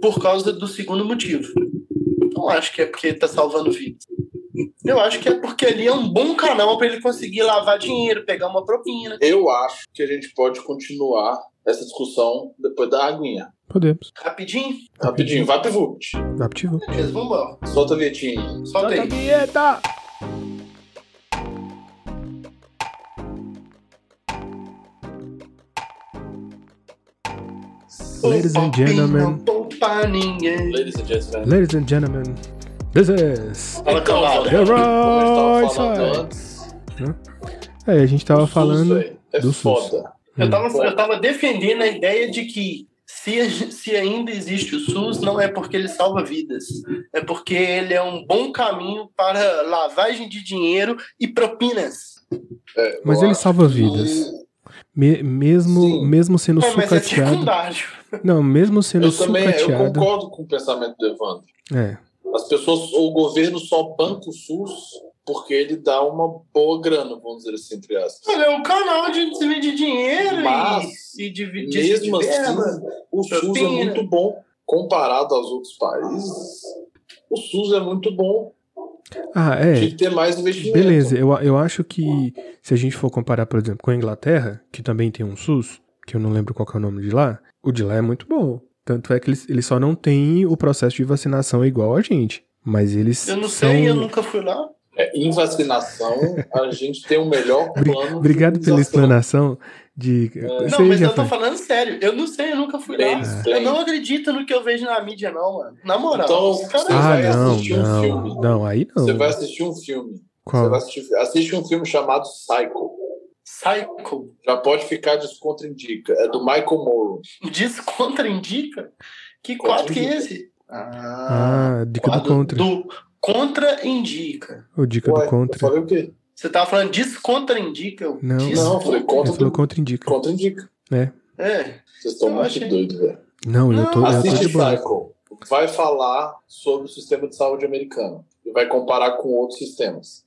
Speaker 3: por causa do segundo motivo. Não acho que é porque tá salvando vidas. Eu acho que é porque ali é um bom canal para ele conseguir lavar dinheiro, pegar uma propina.
Speaker 5: Eu acho que a gente pode continuar essa discussão depois da aguinha.
Speaker 4: Podemos.
Speaker 3: Rapidinho?
Speaker 5: Rapidinho, VaptVupt.
Speaker 4: Aptivo.
Speaker 3: Beleza, vambora.
Speaker 5: Solta a vietinha aí.
Speaker 3: Solta aí.
Speaker 4: vinheta! Ladies and gentlemen.
Speaker 3: Não poupa ninguém.
Speaker 5: Ladies and gentlemen.
Speaker 4: Ladies and gentlemen, this is...
Speaker 3: Fala
Speaker 5: Então,
Speaker 3: calada.
Speaker 5: Valério, como a
Speaker 4: Right side. É, a
Speaker 5: gente tava falando antes,
Speaker 4: gente
Speaker 5: o
Speaker 4: tava
Speaker 5: SUS,
Speaker 4: falando...
Speaker 5: velho, é
Speaker 4: do SUS.
Speaker 5: foda.
Speaker 3: Eu tava, eu tava defendendo a ideia de que se, a gen- se ainda existe o SUS, não é porque ele salva vidas. É porque ele é um bom caminho para lavagem de dinheiro e propinas.
Speaker 5: É,
Speaker 4: Mas
Speaker 5: eu
Speaker 4: ele
Speaker 5: acho
Speaker 4: salva
Speaker 5: que-
Speaker 4: vidas. Me- mesmo,
Speaker 5: Sim.
Speaker 4: mesmo sendo
Speaker 3: É, mas é
Speaker 4: sucateado...
Speaker 3: secundário.
Speaker 4: Não, mesmo sendo
Speaker 5: Eu também eu
Speaker 4: sucateado...
Speaker 5: concordo com o pensamento do Evandro.
Speaker 4: É,
Speaker 5: As pessoas, o governo só banca o SUS porque ele dá uma boa grana, vamos dizer assim, entre aspas.
Speaker 3: Olha, é um canal de desvio de dinheiro
Speaker 5: Mas,
Speaker 3: e, e de, de, de
Speaker 5: Mesmo
Speaker 3: verba.
Speaker 5: assim, o SUS é
Speaker 3: Propina.
Speaker 5: muito bom comparado aos outros países. O SUS é muito bom.
Speaker 4: Ah, é.
Speaker 5: Tinha que ter mais investimento.
Speaker 4: Beleza, eu, eu acho que se a gente for comparar, por exemplo, com a Inglaterra, que também tem um SUS, que eu não lembro qual que é o nome de lá, o de lá é muito bom. Tanto é que eles, eles só não têm o processo de vacinação igual a gente. Mas eles
Speaker 3: Eu não
Speaker 4: são...
Speaker 3: sei, eu nunca fui lá.
Speaker 5: É, em vacinação, a gente tem o melhor
Speaker 4: Obri-
Speaker 5: plano. de
Speaker 4: Obrigado pela
Speaker 5: imunização.
Speaker 4: explanação
Speaker 5: É,
Speaker 4: de... Isso
Speaker 3: Não,
Speaker 4: aí
Speaker 3: mas
Speaker 4: já
Speaker 3: eu tô
Speaker 4: foi.
Speaker 3: falando sério. Eu não sei, eu nunca fui
Speaker 5: Tem,
Speaker 3: lá.
Speaker 5: tem.
Speaker 3: Ah. Eu não acredito no que eu vejo na mídia, não, mano. Na moral.
Speaker 5: Então,
Speaker 3: os caras-
Speaker 5: você
Speaker 4: Ah,
Speaker 5: vai
Speaker 4: não,
Speaker 5: assistir um
Speaker 4: não,
Speaker 5: filme.
Speaker 4: não, aí não.
Speaker 5: Você vai assistir um filme. Você
Speaker 4: Qual?
Speaker 5: vai assistir, assiste um filme chamado Psycho.
Speaker 3: é Psycho.
Speaker 5: Já pode ficar descontra-indica. É do Michael Moore.
Speaker 3: Descontraindica? Que quadro que é esse? Ah,
Speaker 4: Ah, dica do
Speaker 3: quadro
Speaker 4: contra.
Speaker 3: Do contraindica.
Speaker 4: Ou dica
Speaker 5: Ué,
Speaker 4: do contra.
Speaker 5: Eu falei o quê?
Speaker 3: Você tava falando descontraindica? eu-
Speaker 4: Não.
Speaker 3: Des-
Speaker 5: Não, eu falei
Speaker 4: Ele
Speaker 5: contra
Speaker 4: falou
Speaker 5: do...
Speaker 4: contra-indica.
Speaker 5: contra-indica.
Speaker 3: É.
Speaker 5: Vocês estão
Speaker 3: Eu
Speaker 5: muito
Speaker 3: achei.
Speaker 5: doidos, velho.
Speaker 4: Não, eu tô,
Speaker 3: Não,
Speaker 4: eu tô
Speaker 5: Assiste
Speaker 4: É, tá de boa.
Speaker 5: Psycho. Vai falar sobre o sistema de saúde americano. E vai comparar com outros sistemas.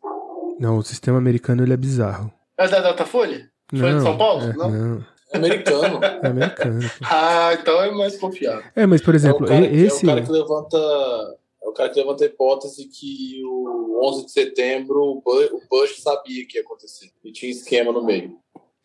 Speaker 4: Não, o sistema americano ele é bizarro.
Speaker 3: É da Datafolha? Foi de
Speaker 4: Não,
Speaker 3: São Paulo?
Speaker 4: é,
Speaker 3: Não?
Speaker 4: não.
Speaker 5: Americano.
Speaker 4: É americano. pô.
Speaker 3: Ah, então é mais confiável.
Speaker 4: É, mas por exemplo,
Speaker 5: é o cara,
Speaker 4: e-
Speaker 5: que-
Speaker 4: esse.
Speaker 5: é o cara que levanta. É o cara que levanta a hipótese que o 11 de setembro o Bu- o Bush sabia que ia acontecer. E tinha esquema no meio.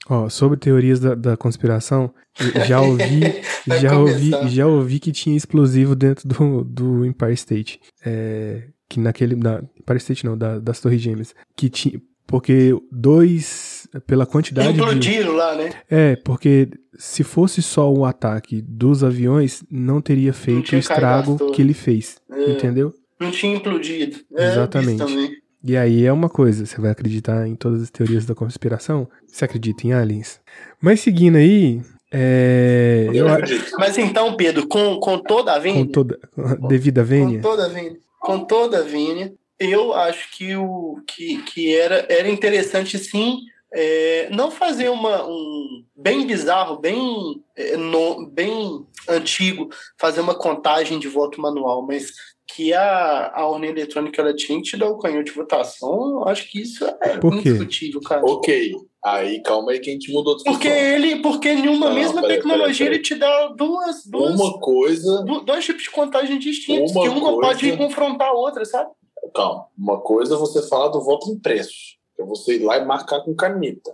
Speaker 4: Ó, sobre teorias da, da conspiração, eu já ouvi,
Speaker 3: Vai
Speaker 4: já ouvi,
Speaker 3: começar.
Speaker 4: já ouvi que tinha explosivo dentro do, do Empire State. É, que naquele. Da, Empire State não, da- das Torres Gêmeas. Que tinha. Porque dois. Pela quantidade de.
Speaker 3: Implodiram lá, né?
Speaker 4: É, porque se fosse só um ataque dos aviões, não teria feito
Speaker 3: tinha
Speaker 4: o estrago
Speaker 3: caído à toa.
Speaker 4: que ele fez.
Speaker 3: É.
Speaker 4: Entendeu?
Speaker 3: Não tinha implodido. É,
Speaker 4: Exatamente.
Speaker 3: isso também.
Speaker 4: E aí é uma coisa, você vai acreditar em todas as teorias da conspiração? Você acredita em aliens? Mas seguindo aí, é, eu,
Speaker 5: Eu
Speaker 4: a-
Speaker 5: acredito.
Speaker 3: Mas então, Pedro, com, com toda a
Speaker 4: com
Speaker 3: vênia,
Speaker 4: toda devida
Speaker 3: com
Speaker 4: venha,
Speaker 3: toda a vênia, com toda a vênia, eu acho que, o, que, que era, era interessante, sim, é, não fazer uma, um bem bizarro, bem, é, no- bem antigo, fazer uma contagem de voto manual, mas que a, a urna eletrônica ela tinha que te dar o canhão de votação, eu acho que isso é
Speaker 4: Por quê?
Speaker 3: indiscutível, cara.
Speaker 5: Ok. Aí, calma aí que a gente mudou de
Speaker 3: Porque ele, porque em uma
Speaker 5: Não,
Speaker 3: mesma
Speaker 5: peraí,
Speaker 3: tecnologia
Speaker 5: peraí,
Speaker 3: ele te dá duas, duas,
Speaker 5: Uma coisa.
Speaker 3: du- dois tipos de contagem distintos,
Speaker 5: Uma
Speaker 3: que uma
Speaker 5: coisa-
Speaker 3: pode confrontar a outra, sabe?
Speaker 5: Calma. Uma coisa é você falar do voto impresso. Que é você ir lá e marcar com caneta.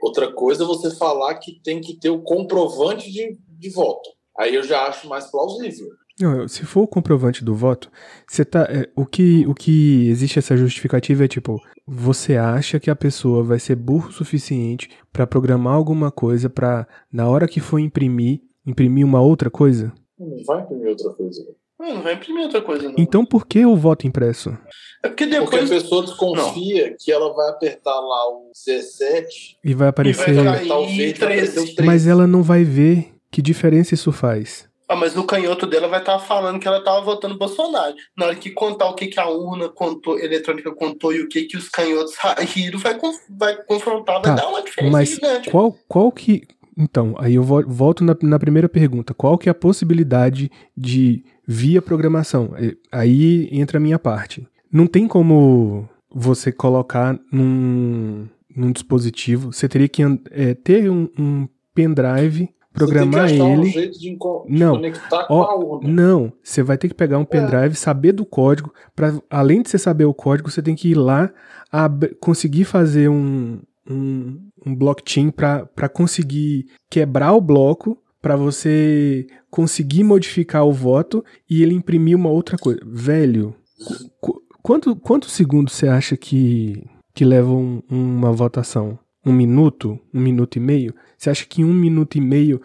Speaker 5: Outra coisa é você falar que tem que ter o comprovante de, de voto. Aí eu já acho mais plausível.
Speaker 4: Não, eu- se for o comprovante do voto, você tá. é, o, que, o que existe essa justificativa é tipo, você acha que a pessoa vai ser burro o suficiente pra programar alguma coisa pra, na hora que for imprimir, imprimir uma outra coisa?
Speaker 5: Não vai imprimir outra coisa.
Speaker 3: Hum, Não, não vai imprimir outra coisa, não.
Speaker 4: Então por que o voto impresso?
Speaker 3: É porque
Speaker 5: Porque a
Speaker 3: depois
Speaker 5: pessoa desconfia que ela vai apertar lá o 17
Speaker 4: E vai aparecer.
Speaker 5: vai
Speaker 3: cair
Speaker 5: apertar o verde vai aparecer o
Speaker 3: 13.
Speaker 5: 13.
Speaker 4: mas ela não vai ver que diferença isso faz.
Speaker 3: Ah, mas no canhoto dela vai estar falando que ela estava votando Bolsonaro. Na hora que contar o que, que a urna contou, eletrônica contou e o que, que os canhotos saíram, vai, con- vai confrontar, vai
Speaker 4: Tá,
Speaker 3: dar uma diferença
Speaker 4: Mas
Speaker 3: gigante.
Speaker 4: qual, qual que. Então, aí eu vo- volto na, na primeira pergunta. Qual que é a possibilidade de via programação? E- Aí entra a minha parte. Não tem como você colocar num, num dispositivo. Você teria que an- é, ter um, um pendrive, programar
Speaker 5: você tem que achar um
Speaker 4: ele.
Speaker 5: jeito de, enco- de
Speaker 4: Não.
Speaker 5: conectar
Speaker 4: Ó,
Speaker 5: com a urna.
Speaker 4: Não, você vai ter que pegar um pendrive, saber do código. Pra, além de você saber o código, você tem que ir lá ab- conseguir fazer um, um, um blockchain para conseguir quebrar o bloco, para você conseguir modificar o voto e ele imprimir uma outra coisa. Velho, qu- qu- quanto, quantos segundos você acha que, que leva um- uma votação? Um minuto? Um minuto e meio? Você acha que em um minuto e meio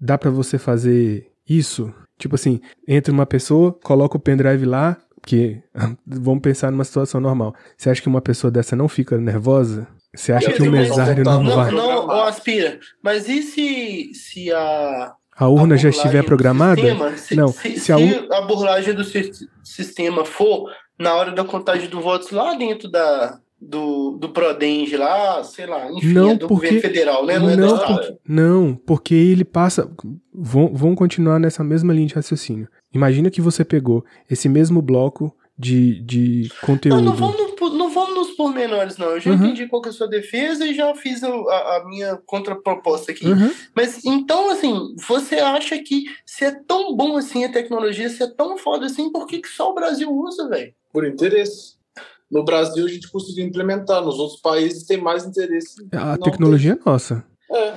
Speaker 4: dá pra você fazer isso? Tipo assim, entra uma pessoa, coloca o pendrive lá, porque vamos pensar numa situação normal. Você acha que uma pessoa dessa não fica nervosa? Você acha
Speaker 5: Eu
Speaker 4: que o
Speaker 3: tenho mais
Speaker 4: mesário
Speaker 5: vontade.
Speaker 4: não
Speaker 5: Não,
Speaker 4: vai?
Speaker 3: Não, não, ô, Aspira, mas e se, se a,
Speaker 4: A
Speaker 3: a
Speaker 4: urna
Speaker 3: burlagem
Speaker 4: já estiver
Speaker 3: do
Speaker 4: programada?
Speaker 3: sistema, se,
Speaker 4: Ah, Não,
Speaker 3: se,
Speaker 4: se a
Speaker 3: se
Speaker 4: ur-
Speaker 3: a burlagem do sis- sistema for na hora da contagem do voto lá dentro da, do, do Prodenge lá, sei lá, enfim,
Speaker 4: Não,
Speaker 3: é do
Speaker 4: porque-
Speaker 3: governo federal, né? Não, é do
Speaker 4: não,
Speaker 3: estado.
Speaker 4: porque, não, porque ele passa. Vão, vão continuar nessa mesma linha de raciocínio. Imagina que você pegou esse mesmo bloco de, de
Speaker 3: Não,
Speaker 4: conteúdo.
Speaker 3: não vamos, no- não vamos nos pormenores, não. Eu já
Speaker 4: Uhum.
Speaker 3: entendi qual que é a sua defesa e já fiz o- a, a minha contraproposta aqui.
Speaker 4: Uhum.
Speaker 3: Mas então, assim, você acha que se é tão bom assim a tecnologia, se é tão foda assim, por que, que só o Brasil usa, velho?
Speaker 5: Por interesse. No Brasil a gente conseguiu implementar, nos outros países tem mais interesse.
Speaker 4: A
Speaker 5: Não
Speaker 4: tecnologia é nossa.
Speaker 5: tem. É.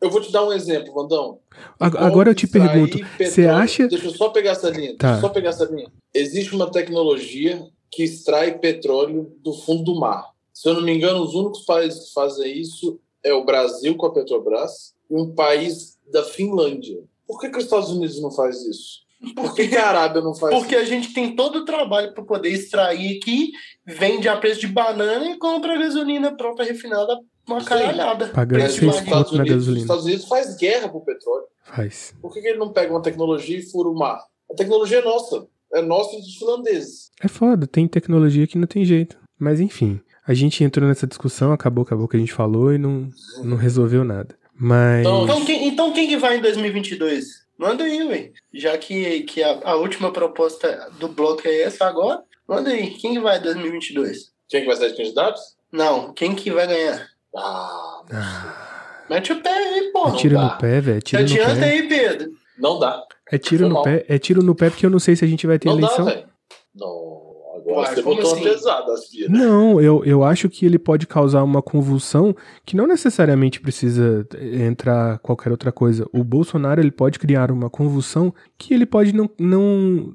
Speaker 5: Eu vou te dar um exemplo, Vandão.
Speaker 4: A- Agora eu te
Speaker 5: Extrair
Speaker 4: pergunto,
Speaker 5: petróleo-
Speaker 4: você acha.
Speaker 5: Deixa eu só pegar essa linha.
Speaker 4: Tá.
Speaker 5: deixa eu Só pegar essa linha. Existe uma tecnologia que extrai petróleo do fundo do mar. Se eu não me engano, os únicos países que fazem isso é o Brasil com a Petrobras e um país da Finlândia. Por que, que os Estados Unidos não faz isso? Por que, que a Arábia não faz
Speaker 3: Porque
Speaker 5: isso?
Speaker 3: a gente tem todo o trabalho para poder extrair aqui, vende a preço de banana e compra gasolina pronta refinada uma
Speaker 5: Sim.
Speaker 3: caralhada.
Speaker 4: Pagando
Speaker 3: Preço
Speaker 4: seis
Speaker 5: os
Speaker 3: barril.
Speaker 5: Estados
Speaker 4: conto na
Speaker 5: Unidos-
Speaker 4: gasolina.
Speaker 5: Os Estados Unidos faz guerra pro petróleo.
Speaker 4: Faz.
Speaker 5: Por que, que ele não pega uma tecnologia e fura o mar? A tecnologia é nossa. É nossa e dos finlandeses.
Speaker 4: É foda, tem tecnologia que não tem jeito. Mas enfim, a gente entrou nessa discussão, acabou, acabou que a gente falou e não, não resolveu nada. Mas.
Speaker 5: Então,
Speaker 3: Então quem, então quem que vai em 2022? Manda aí, ué. Já que, que a, a última proposta do bloco é essa agora, manda aí. Quem que vai em 2022?
Speaker 5: Quem é que vai ser de candidatos?
Speaker 3: Não, quem que vai ganhar?
Speaker 5: Ah,
Speaker 4: Ah,
Speaker 3: Mete o pé aí, porra.
Speaker 4: tira
Speaker 5: dá.
Speaker 4: é no pé, velho.
Speaker 3: Se
Speaker 4: Tira no
Speaker 3: adianta
Speaker 4: pé.
Speaker 3: aí, Pedro.
Speaker 5: não dá.
Speaker 4: É tiro
Speaker 5: Foi
Speaker 4: no
Speaker 5: mal.
Speaker 4: pé. É tiro no pé porque eu não sei se a gente vai ter
Speaker 5: não
Speaker 4: eleição.
Speaker 5: dá, velho. Não, agora
Speaker 3: Uai,
Speaker 5: você
Speaker 3: como
Speaker 5: botou
Speaker 3: assim?
Speaker 5: uma pesada, Aspira.
Speaker 4: Não, eu, eu acho que ele pode causar uma convulsão que não necessariamente precisa eh, entrar qualquer outra coisa. O Bolsonaro ele pode criar uma convulsão que ele pode não. não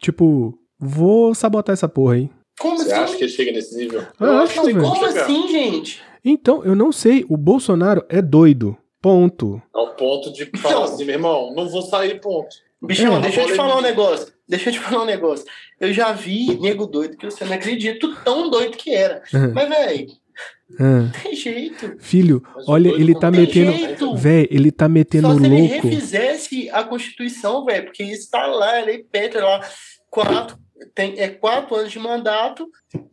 Speaker 4: tipo, vou sabotar essa porra aí.
Speaker 3: Como
Speaker 5: Você acha
Speaker 3: assim?
Speaker 5: que ele chega nesse nível?
Speaker 4: Eu acho,
Speaker 5: que tem
Speaker 4: velho.
Speaker 5: como
Speaker 3: Como
Speaker 5: chegar.
Speaker 3: assim, gente?
Speaker 4: Então, eu não sei. O Bolsonaro é doido. Ponto.
Speaker 5: Ao É um ponto de falar
Speaker 3: Não.
Speaker 5: assim, meu irmão, não vou sair, ponto.
Speaker 3: Bichão,
Speaker 4: É,
Speaker 3: deixa eu te
Speaker 5: polêmica.
Speaker 3: falar um negócio. Deixa eu te falar um negócio. Eu já vi nego doido que você não acredita, tão doido que era.
Speaker 4: Hum.
Speaker 3: Mas, velho,
Speaker 4: Ah,
Speaker 3: tem jeito.
Speaker 4: Filho,
Speaker 5: Mas o
Speaker 4: olha,
Speaker 5: doido
Speaker 4: ele
Speaker 5: não
Speaker 4: tá
Speaker 5: tem
Speaker 4: metendo.
Speaker 3: jeito.
Speaker 4: Véi, ele tá metendo
Speaker 3: Só se ele
Speaker 4: louco.
Speaker 3: refizesse a Constituição, velho, porque está lá, ele pede lá quatro, tem, é quatro anos de mandato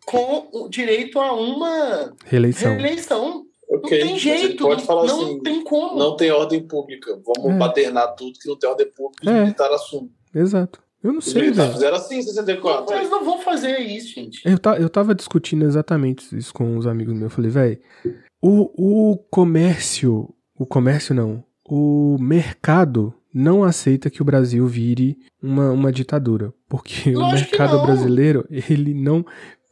Speaker 3: com o direito a uma
Speaker 4: Reeleição.
Speaker 3: reeleição.
Speaker 5: Ok,
Speaker 3: não tem
Speaker 5: mas
Speaker 3: jeito,
Speaker 5: ele pode falar
Speaker 3: não
Speaker 5: assim,
Speaker 3: tem como.
Speaker 5: não tem ordem pública, vamos
Speaker 4: É.
Speaker 5: paternar tudo que não tem ordem pública,
Speaker 4: É.
Speaker 5: é. militar assume.
Speaker 4: Exato. Eu não
Speaker 5: Os
Speaker 4: sei,
Speaker 3: tá
Speaker 5: militares
Speaker 4: velho.
Speaker 5: fizeram assim em 64.
Speaker 3: Mas não vão fazer isso, gente.
Speaker 4: Eu, ta- eu tava discutindo exatamente isso com uns amigos meus. Eu falei, véi, o, o comércio. O comércio não. O mercado não aceita que o Brasil vire uma, uma ditadura. Porque o
Speaker 3: Lógico que
Speaker 4: mercado
Speaker 3: não.
Speaker 4: brasileiro, ele não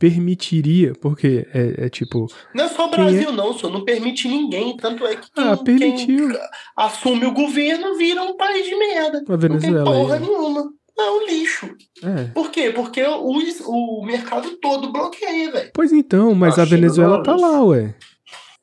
Speaker 4: permitiria. Porque é, é tipo.
Speaker 3: Não é só o
Speaker 4: Quem
Speaker 3: Brasil, não, senhor. Não permite ninguém. Tanto é que quem,
Speaker 4: Ah, permitiu.
Speaker 3: quem assume o governo vira um país de merda.
Speaker 4: A
Speaker 3: Não tem
Speaker 4: Venezuela.
Speaker 3: porra
Speaker 4: aí.
Speaker 3: nenhuma. É um lixo.
Speaker 4: É.
Speaker 3: Por quê? Porque o, es- o mercado todo bloqueia, velho.
Speaker 4: Pois então, mas
Speaker 5: A
Speaker 4: a,
Speaker 5: China
Speaker 4: Venezuela
Speaker 5: não,
Speaker 4: tá
Speaker 5: isso.
Speaker 4: lá, ué.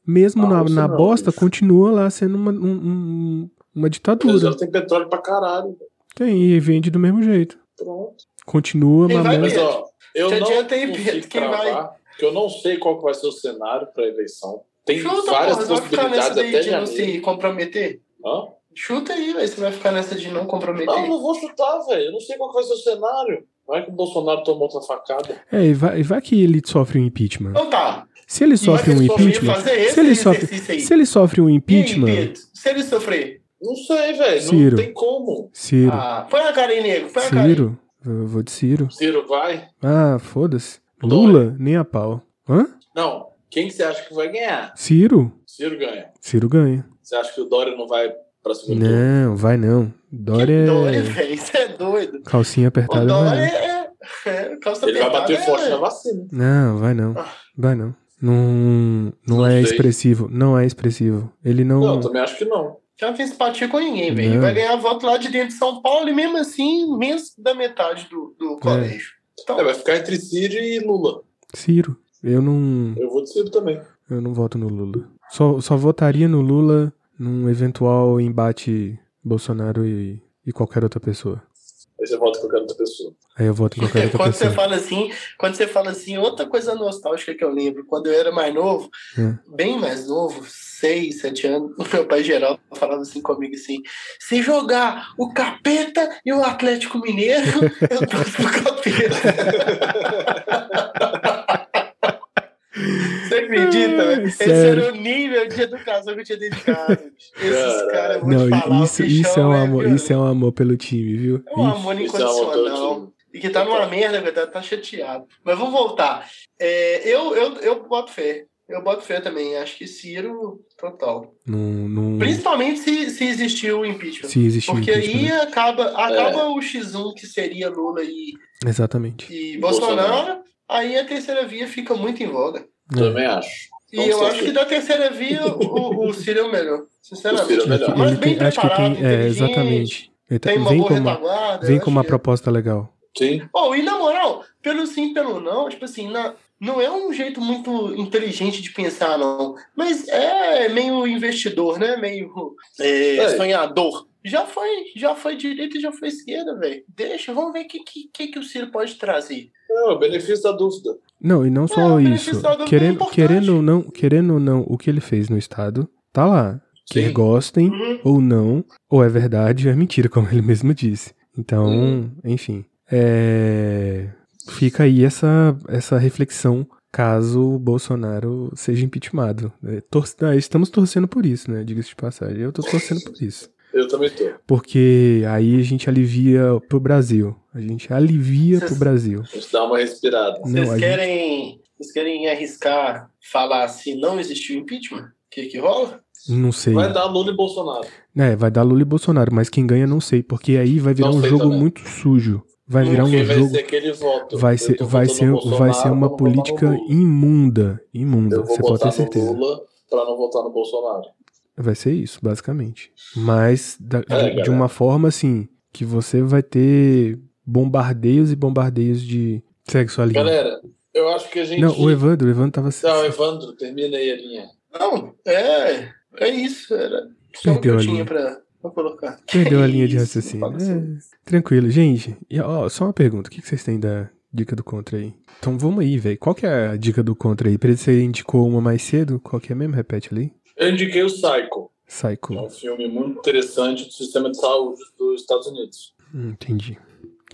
Speaker 4: Mesmo
Speaker 5: A
Speaker 4: na,
Speaker 5: Rússia
Speaker 4: na
Speaker 5: não,
Speaker 4: bosta,
Speaker 5: isso.
Speaker 4: continua lá sendo uma, um- um- uma ditadura.
Speaker 5: Venezuela tem petróleo pra caralho.
Speaker 4: Tem, e vende do mesmo jeito.
Speaker 5: Pronto.
Speaker 4: Continua
Speaker 3: Quem vai
Speaker 4: mamando.
Speaker 5: Mas ó, eu
Speaker 3: Te
Speaker 5: não
Speaker 3: adianta aí,
Speaker 5: consigo
Speaker 3: Pedro, quem vai?
Speaker 5: cravar, que eu não sei qual que vai ser o cenário pra eleição. Tem
Speaker 3: Chuta,
Speaker 5: várias
Speaker 3: porra. Você tá vai ficar assim. nessa
Speaker 5: possibilidades
Speaker 3: daí
Speaker 5: até
Speaker 3: de não
Speaker 5: janeiro.
Speaker 3: se comprometer?
Speaker 5: Hã?
Speaker 3: Chuta aí, velho. Você vai ficar nessa de não comprometer?
Speaker 5: Não, eu não vou chutar, velho. Eu não sei qual que vai ser o cenário. Vai que o Bolsonaro tomou outra facada.
Speaker 4: É, e vai, e vai que ele sofre um impeachment.
Speaker 3: Então tá.
Speaker 4: Se ele
Speaker 5: E vai que
Speaker 4: sofre um
Speaker 5: ele sofre-
Speaker 4: impeachment.
Speaker 3: fazer esse
Speaker 4: Se ele sofre,
Speaker 3: exercício aí.
Speaker 4: se ele sofre um
Speaker 3: E aí,
Speaker 4: impeachment,
Speaker 3: Pedro? Se ele sofrer?
Speaker 5: Não sei, velho.
Speaker 4: Ciro.
Speaker 5: Não tem como.
Speaker 4: Ciro.
Speaker 3: Ah, põe a cara aí, nego. Põe a cara aí.
Speaker 4: Ciro. Eu vou de Ciro.
Speaker 5: Ciro vai?
Speaker 4: Ah, foda-se.
Speaker 5: Dória.
Speaker 4: Lula, nem a pau. Hã?
Speaker 5: Não. Quem que você acha que vai ganhar?
Speaker 4: Ciro?
Speaker 5: Ciro ganha.
Speaker 4: Ciro ganha.
Speaker 5: Você acha que o Dória não vai pra segunda turno?
Speaker 4: Não, vai não.
Speaker 3: Que
Speaker 4: Dória
Speaker 3: Dória,
Speaker 4: é
Speaker 3: velho. Isso é doido.
Speaker 4: calcinha
Speaker 3: O
Speaker 4: apertada. vai não.
Speaker 3: Dória é... é calça
Speaker 5: Ele vai
Speaker 3: apertada,
Speaker 5: bater
Speaker 3: é,
Speaker 5: forte na
Speaker 3: velho.
Speaker 5: vacina.
Speaker 4: Não, vai não.
Speaker 3: Ah.
Speaker 4: Vai não. Não, não,
Speaker 5: Não
Speaker 4: é
Speaker 5: sei.
Speaker 4: expressivo. Não é expressivo. Ele não.
Speaker 5: Não, eu também acho que não.
Speaker 3: Já não tem simpatia com ninguém, velho.
Speaker 4: Não.
Speaker 3: Ele Vai ganhar voto lá de dentro de São Paulo e mesmo assim, menos da metade do,
Speaker 4: É.
Speaker 3: do colégio. Então,
Speaker 5: É, vai ficar entre Ciro e Lula.
Speaker 4: Ciro. Eu não.
Speaker 5: Eu vou de Ciro também.
Speaker 4: Eu não voto no Lula. Só, só votaria no Lula num eventual embate Bolsonaro e, e qualquer outra pessoa.
Speaker 5: Aí você vota com qualquer outra pessoa.
Speaker 4: Aí eu voto em qualquer
Speaker 3: É,
Speaker 4: outra
Speaker 3: quando você
Speaker 4: pessoa.
Speaker 3: fala assim, quando você fala assim, outra coisa nostálgica que eu lembro, quando eu era mais novo,
Speaker 4: Hum.
Speaker 3: bem mais novo, seis, sete anos, o meu pai geral falava assim comigo assim: se jogar o capeta e o Atlético Mineiro, eu torço pro capeta. Você acredita,
Speaker 4: Ai,
Speaker 3: velho? Esse
Speaker 4: sério.
Speaker 3: era o nível de educação que eu tinha dedicado. bicho. Esses
Speaker 5: Caralho.
Speaker 3: caras vão
Speaker 4: Não,
Speaker 3: te falar. o
Speaker 4: isso,
Speaker 3: bichão né,
Speaker 4: isso, é um amor,
Speaker 3: violento.
Speaker 4: isso é um amor pelo time, viu?
Speaker 3: É um
Speaker 4: Ixi.
Speaker 3: amor
Speaker 5: Isso é uma outra
Speaker 3: incondicional.
Speaker 5: time.
Speaker 3: E que tá numa merda, velho, tá- tá chateado. Mas vamos voltar. É, eu, eu, eu boto fé. Eu boto fé também. Acho que Ciro, total.
Speaker 4: Não, não-
Speaker 3: Principalmente se, se existir o impeachment.
Speaker 4: Hum. se existe um
Speaker 3: Porque aí
Speaker 4: impeachment.
Speaker 3: acaba, acaba o X1 que seria Lula e,
Speaker 4: Exatamente.
Speaker 3: e Bolsonaro,
Speaker 5: Bolsonaro.
Speaker 3: Aí a terceira via fica muito em voga.
Speaker 4: É.
Speaker 5: Também acho.
Speaker 3: E
Speaker 5: Vamos
Speaker 3: eu
Speaker 5: ser
Speaker 3: acho que
Speaker 5: justos.
Speaker 3: da terceira via o, o Ciro é Então, o melhor.
Speaker 5: O Ciro é
Speaker 3: Sinceramente.
Speaker 5: melhor.
Speaker 4: Ele-
Speaker 3: Mas
Speaker 4: ele
Speaker 3: bem
Speaker 4: tem- acho que
Speaker 3: preparado,
Speaker 4: tem. É,
Speaker 3: inteligente,
Speaker 4: exatamente. Ele tá-
Speaker 3: Tem uma
Speaker 4: vem
Speaker 3: boa
Speaker 4: com uma,
Speaker 3: retaguarda.
Speaker 4: vem
Speaker 3: eu
Speaker 4: com
Speaker 3: acho
Speaker 4: uma
Speaker 3: que- é
Speaker 4: proposta legal.
Speaker 5: Sim.
Speaker 3: Oh, e na moral, pelo sim, pelo não, tipo assim, na- não é um jeito muito inteligente de pensar, não. Mas é meio investidor, né? Meio é,
Speaker 5: É.
Speaker 3: sonhador. Já foi, já foi direita e já foi esquerda, velho. Deixa, vamos ver o que, que, que, que o Ciro pode trazer.
Speaker 5: É, o benefício da dúvida.
Speaker 4: Não, e não
Speaker 3: É, o
Speaker 4: só
Speaker 3: benefício
Speaker 4: isso.
Speaker 3: da dúvida é
Speaker 4: Querendo,
Speaker 3: importante.
Speaker 4: querendo, ou não, querendo ou não, o que ele fez no Estado tá lá. Quer
Speaker 5: Sim.
Speaker 4: gostem
Speaker 3: Uhum.
Speaker 4: ou não, ou é verdade ou é mentira, como ele mesmo disse. Então,
Speaker 5: Uhum.
Speaker 4: enfim. é, Fica aí essa, essa reflexão caso o Bolsonaro seja impeachmentado. É, tor- ah, estamos torcendo por isso, né? Diga-se de passagem. Eu tô torcendo por isso.
Speaker 5: Eu também tô.
Speaker 4: Porque aí a gente alivia pro Brasil. A gente alivia
Speaker 3: Vocês-
Speaker 4: pro Brasil.
Speaker 5: A gente dá uma respirada.
Speaker 4: Não, a
Speaker 3: Vocês
Speaker 4: gente-
Speaker 3: querem, vocês querem arriscar falar se não existiu impeachment? O que, que rola?
Speaker 4: Não sei.
Speaker 5: Vai dar Lula e Bolsonaro.
Speaker 4: É, vai dar Lula e Bolsonaro, mas quem ganha não sei, porque aí vai virar
Speaker 5: Não
Speaker 4: um
Speaker 5: sei
Speaker 4: jogo
Speaker 5: também.
Speaker 4: muito sujo. Vai virar um
Speaker 5: Porque vai
Speaker 4: jogo.
Speaker 5: ser aquele voto.
Speaker 4: Vai
Speaker 5: Eu
Speaker 4: ser,
Speaker 5: tô
Speaker 4: vai
Speaker 5: votando
Speaker 4: ser,
Speaker 5: no Bolsonaro,
Speaker 4: vai ser
Speaker 5: eu
Speaker 4: uma
Speaker 5: não vou votar no
Speaker 4: política
Speaker 5: Lula.
Speaker 4: imunda. Imunda,
Speaker 5: Eu vou
Speaker 4: você pode
Speaker 5: votar
Speaker 4: ter
Speaker 5: no
Speaker 4: certeza.
Speaker 5: Lula pra não votar no Bolsonaro.
Speaker 4: Vai ser isso, basicamente. Mas da- de, de
Speaker 5: É, galera.
Speaker 4: uma forma assim, que você vai ter bombardeios e bombardeios de sexualidade.
Speaker 5: Galera, eu acho que a gente.
Speaker 4: Não, o Evandro, o Evandro tava.
Speaker 5: Ah, o Evandro, termina aí a linha.
Speaker 3: Não, é, é isso. Era só o que
Speaker 4: Perdeu
Speaker 3: eu
Speaker 4: a
Speaker 3: tinha
Speaker 4: linha.
Speaker 3: pra. Vou colocar. É
Speaker 4: Perdeu a linha de
Speaker 3: Isso,
Speaker 4: raciocínio.
Speaker 3: fala assim.
Speaker 4: É, tranquilo. Gente, e, ó, só uma pergunta. O que que vocês têm da dica do contra aí? Então vamos aí, velho. Qual que é a dica do contra aí? Pra você indicou uma mais cedo? Qual que é mesmo? Repete ali.
Speaker 5: Eu indiquei o Psycho, que é
Speaker 4: Psycho.
Speaker 5: um filme muito interessante do sistema de saúde dos Estados Unidos.
Speaker 4: Hum, entendi.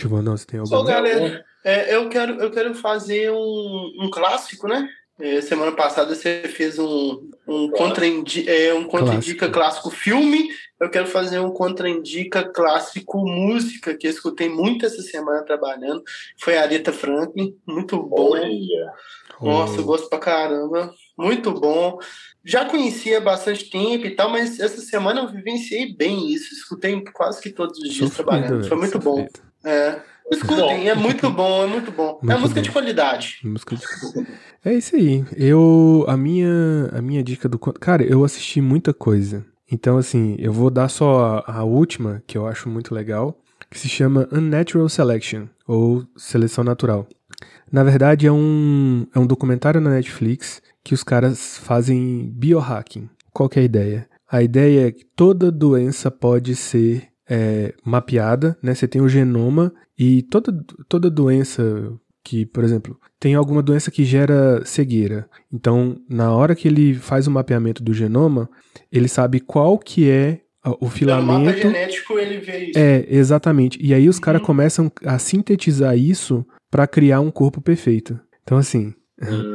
Speaker 4: Giovanão, você tem
Speaker 3: Sou
Speaker 4: alguma?
Speaker 3: galera. É, eu, quero, eu quero fazer um, um clássico, né? É, semana passada você fez um, um contraindi- é, um contraindica clássico. filme. Eu quero fazer um contraindica clássico música, que eu escutei muito essa semana trabalhando. Foi a Aretha Franklin. Muito bom.
Speaker 5: Olha.
Speaker 3: Nossa, eu
Speaker 4: Ou-
Speaker 3: gosto pra caramba. Muito bom. Já conhecia há bastante tempo e tal, mas essa semana eu vivenciei bem isso. Escutei quase que todos os dias
Speaker 4: Sofrido,
Speaker 3: trabalhando.
Speaker 4: velho,
Speaker 3: Foi muito bom.
Speaker 4: sofrido.
Speaker 3: É. Escutem, é muito bom, é muito bom. é
Speaker 4: Muito
Speaker 3: música
Speaker 4: bom.
Speaker 3: de qualidade.
Speaker 4: Música de... É isso aí. Eu a minha a minha dica do con- cara, eu assisti muita coisa. Então assim, eu vou dar só a, a última que eu acho muito legal, que se chama Unnatural Selection ou seleção natural. Na verdade é um é um documentário na Netflix que os caras fazem biohacking. Qual que é a ideia? A ideia é que toda doença pode ser é, mapeada, né? Você tem o genoma e toda, toda doença que, por exemplo, tem alguma doença que gera cegueira. Então, na hora que ele faz o mapeamento do genoma, ele sabe qual que é a- o
Speaker 3: No mapa
Speaker 4: filamento.
Speaker 3: genético ele vê isso.
Speaker 4: É, exatamente. E aí os caras
Speaker 3: Uhum.
Speaker 4: começam a sintetizar isso pra criar um corpo perfeito. Então, assim,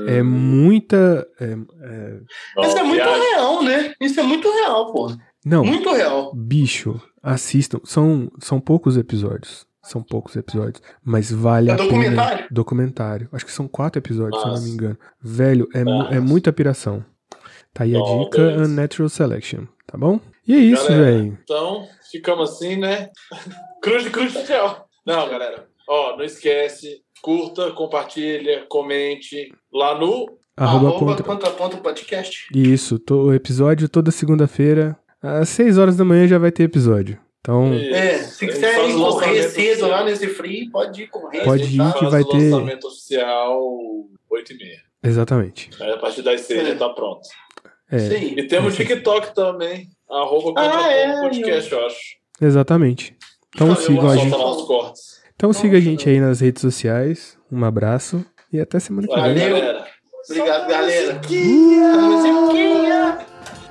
Speaker 4: é muita. é- é-
Speaker 3: Mas é
Speaker 5: Não,
Speaker 3: muito
Speaker 5: viagem.
Speaker 3: real, né? Isso é muito real, pô.
Speaker 4: Não,
Speaker 3: Muito real.
Speaker 4: bicho, assistam. São, são poucos episódios. São poucos episódios. Mas vale
Speaker 3: É
Speaker 4: a pena.
Speaker 3: documentário?
Speaker 4: Documentário. Acho que são quatro episódios, se eu não
Speaker 5: Nossa.
Speaker 4: me engano. Velho, é, mu- é
Speaker 5: Nossa.
Speaker 4: muita piração. Tá aí a
Speaker 5: Ó,
Speaker 4: dica
Speaker 5: beleza.
Speaker 4: Unnatural Selection, tá bom? E é isso,
Speaker 5: Galera,
Speaker 4: velho.
Speaker 5: Então, ficamos assim, né? Cruz de cruz de céu. Não, galera. Ó, não esquece. Curta, compartilha, comente lá no.
Speaker 4: Arroba contra.
Speaker 3: contraponto podcast.
Speaker 4: Isso, to- o episódio toda segunda-feira. Às 6 horas da manhã já vai ter episódio. Então,
Speaker 3: É, se quiser
Speaker 5: Faz
Speaker 3: ir
Speaker 5: o
Speaker 3: correr
Speaker 5: lançamento
Speaker 3: é cedo né?
Speaker 5: oficial.
Speaker 3: lá nesse free, pode ir correr.
Speaker 4: Pode ir
Speaker 5: Faz
Speaker 4: que
Speaker 5: o
Speaker 4: vai ter-
Speaker 5: lançamento oficial 8h30.
Speaker 4: exatamente.
Speaker 5: Aí, A partir das 6 já tá pronto.
Speaker 4: É,
Speaker 3: Sim.
Speaker 5: E temos o TikTok também. Arroba
Speaker 3: Ah, é,
Speaker 5: contra podcast, eu acho.
Speaker 4: exatamente. Então
Speaker 3: Não, eu
Speaker 4: sigam
Speaker 5: Só
Speaker 4: a
Speaker 3: acho
Speaker 4: gente.
Speaker 5: tá lá os cortes.
Speaker 4: Então siga a
Speaker 5: né?
Speaker 4: gente aí nas redes sociais. Um abraço e até semana que
Speaker 5: Valeu,
Speaker 4: vem.
Speaker 3: Valeu. Ah,
Speaker 5: galera.
Speaker 3: Obrigado, galera.
Speaker 5: Musiquinha.
Speaker 3: Musiquinha.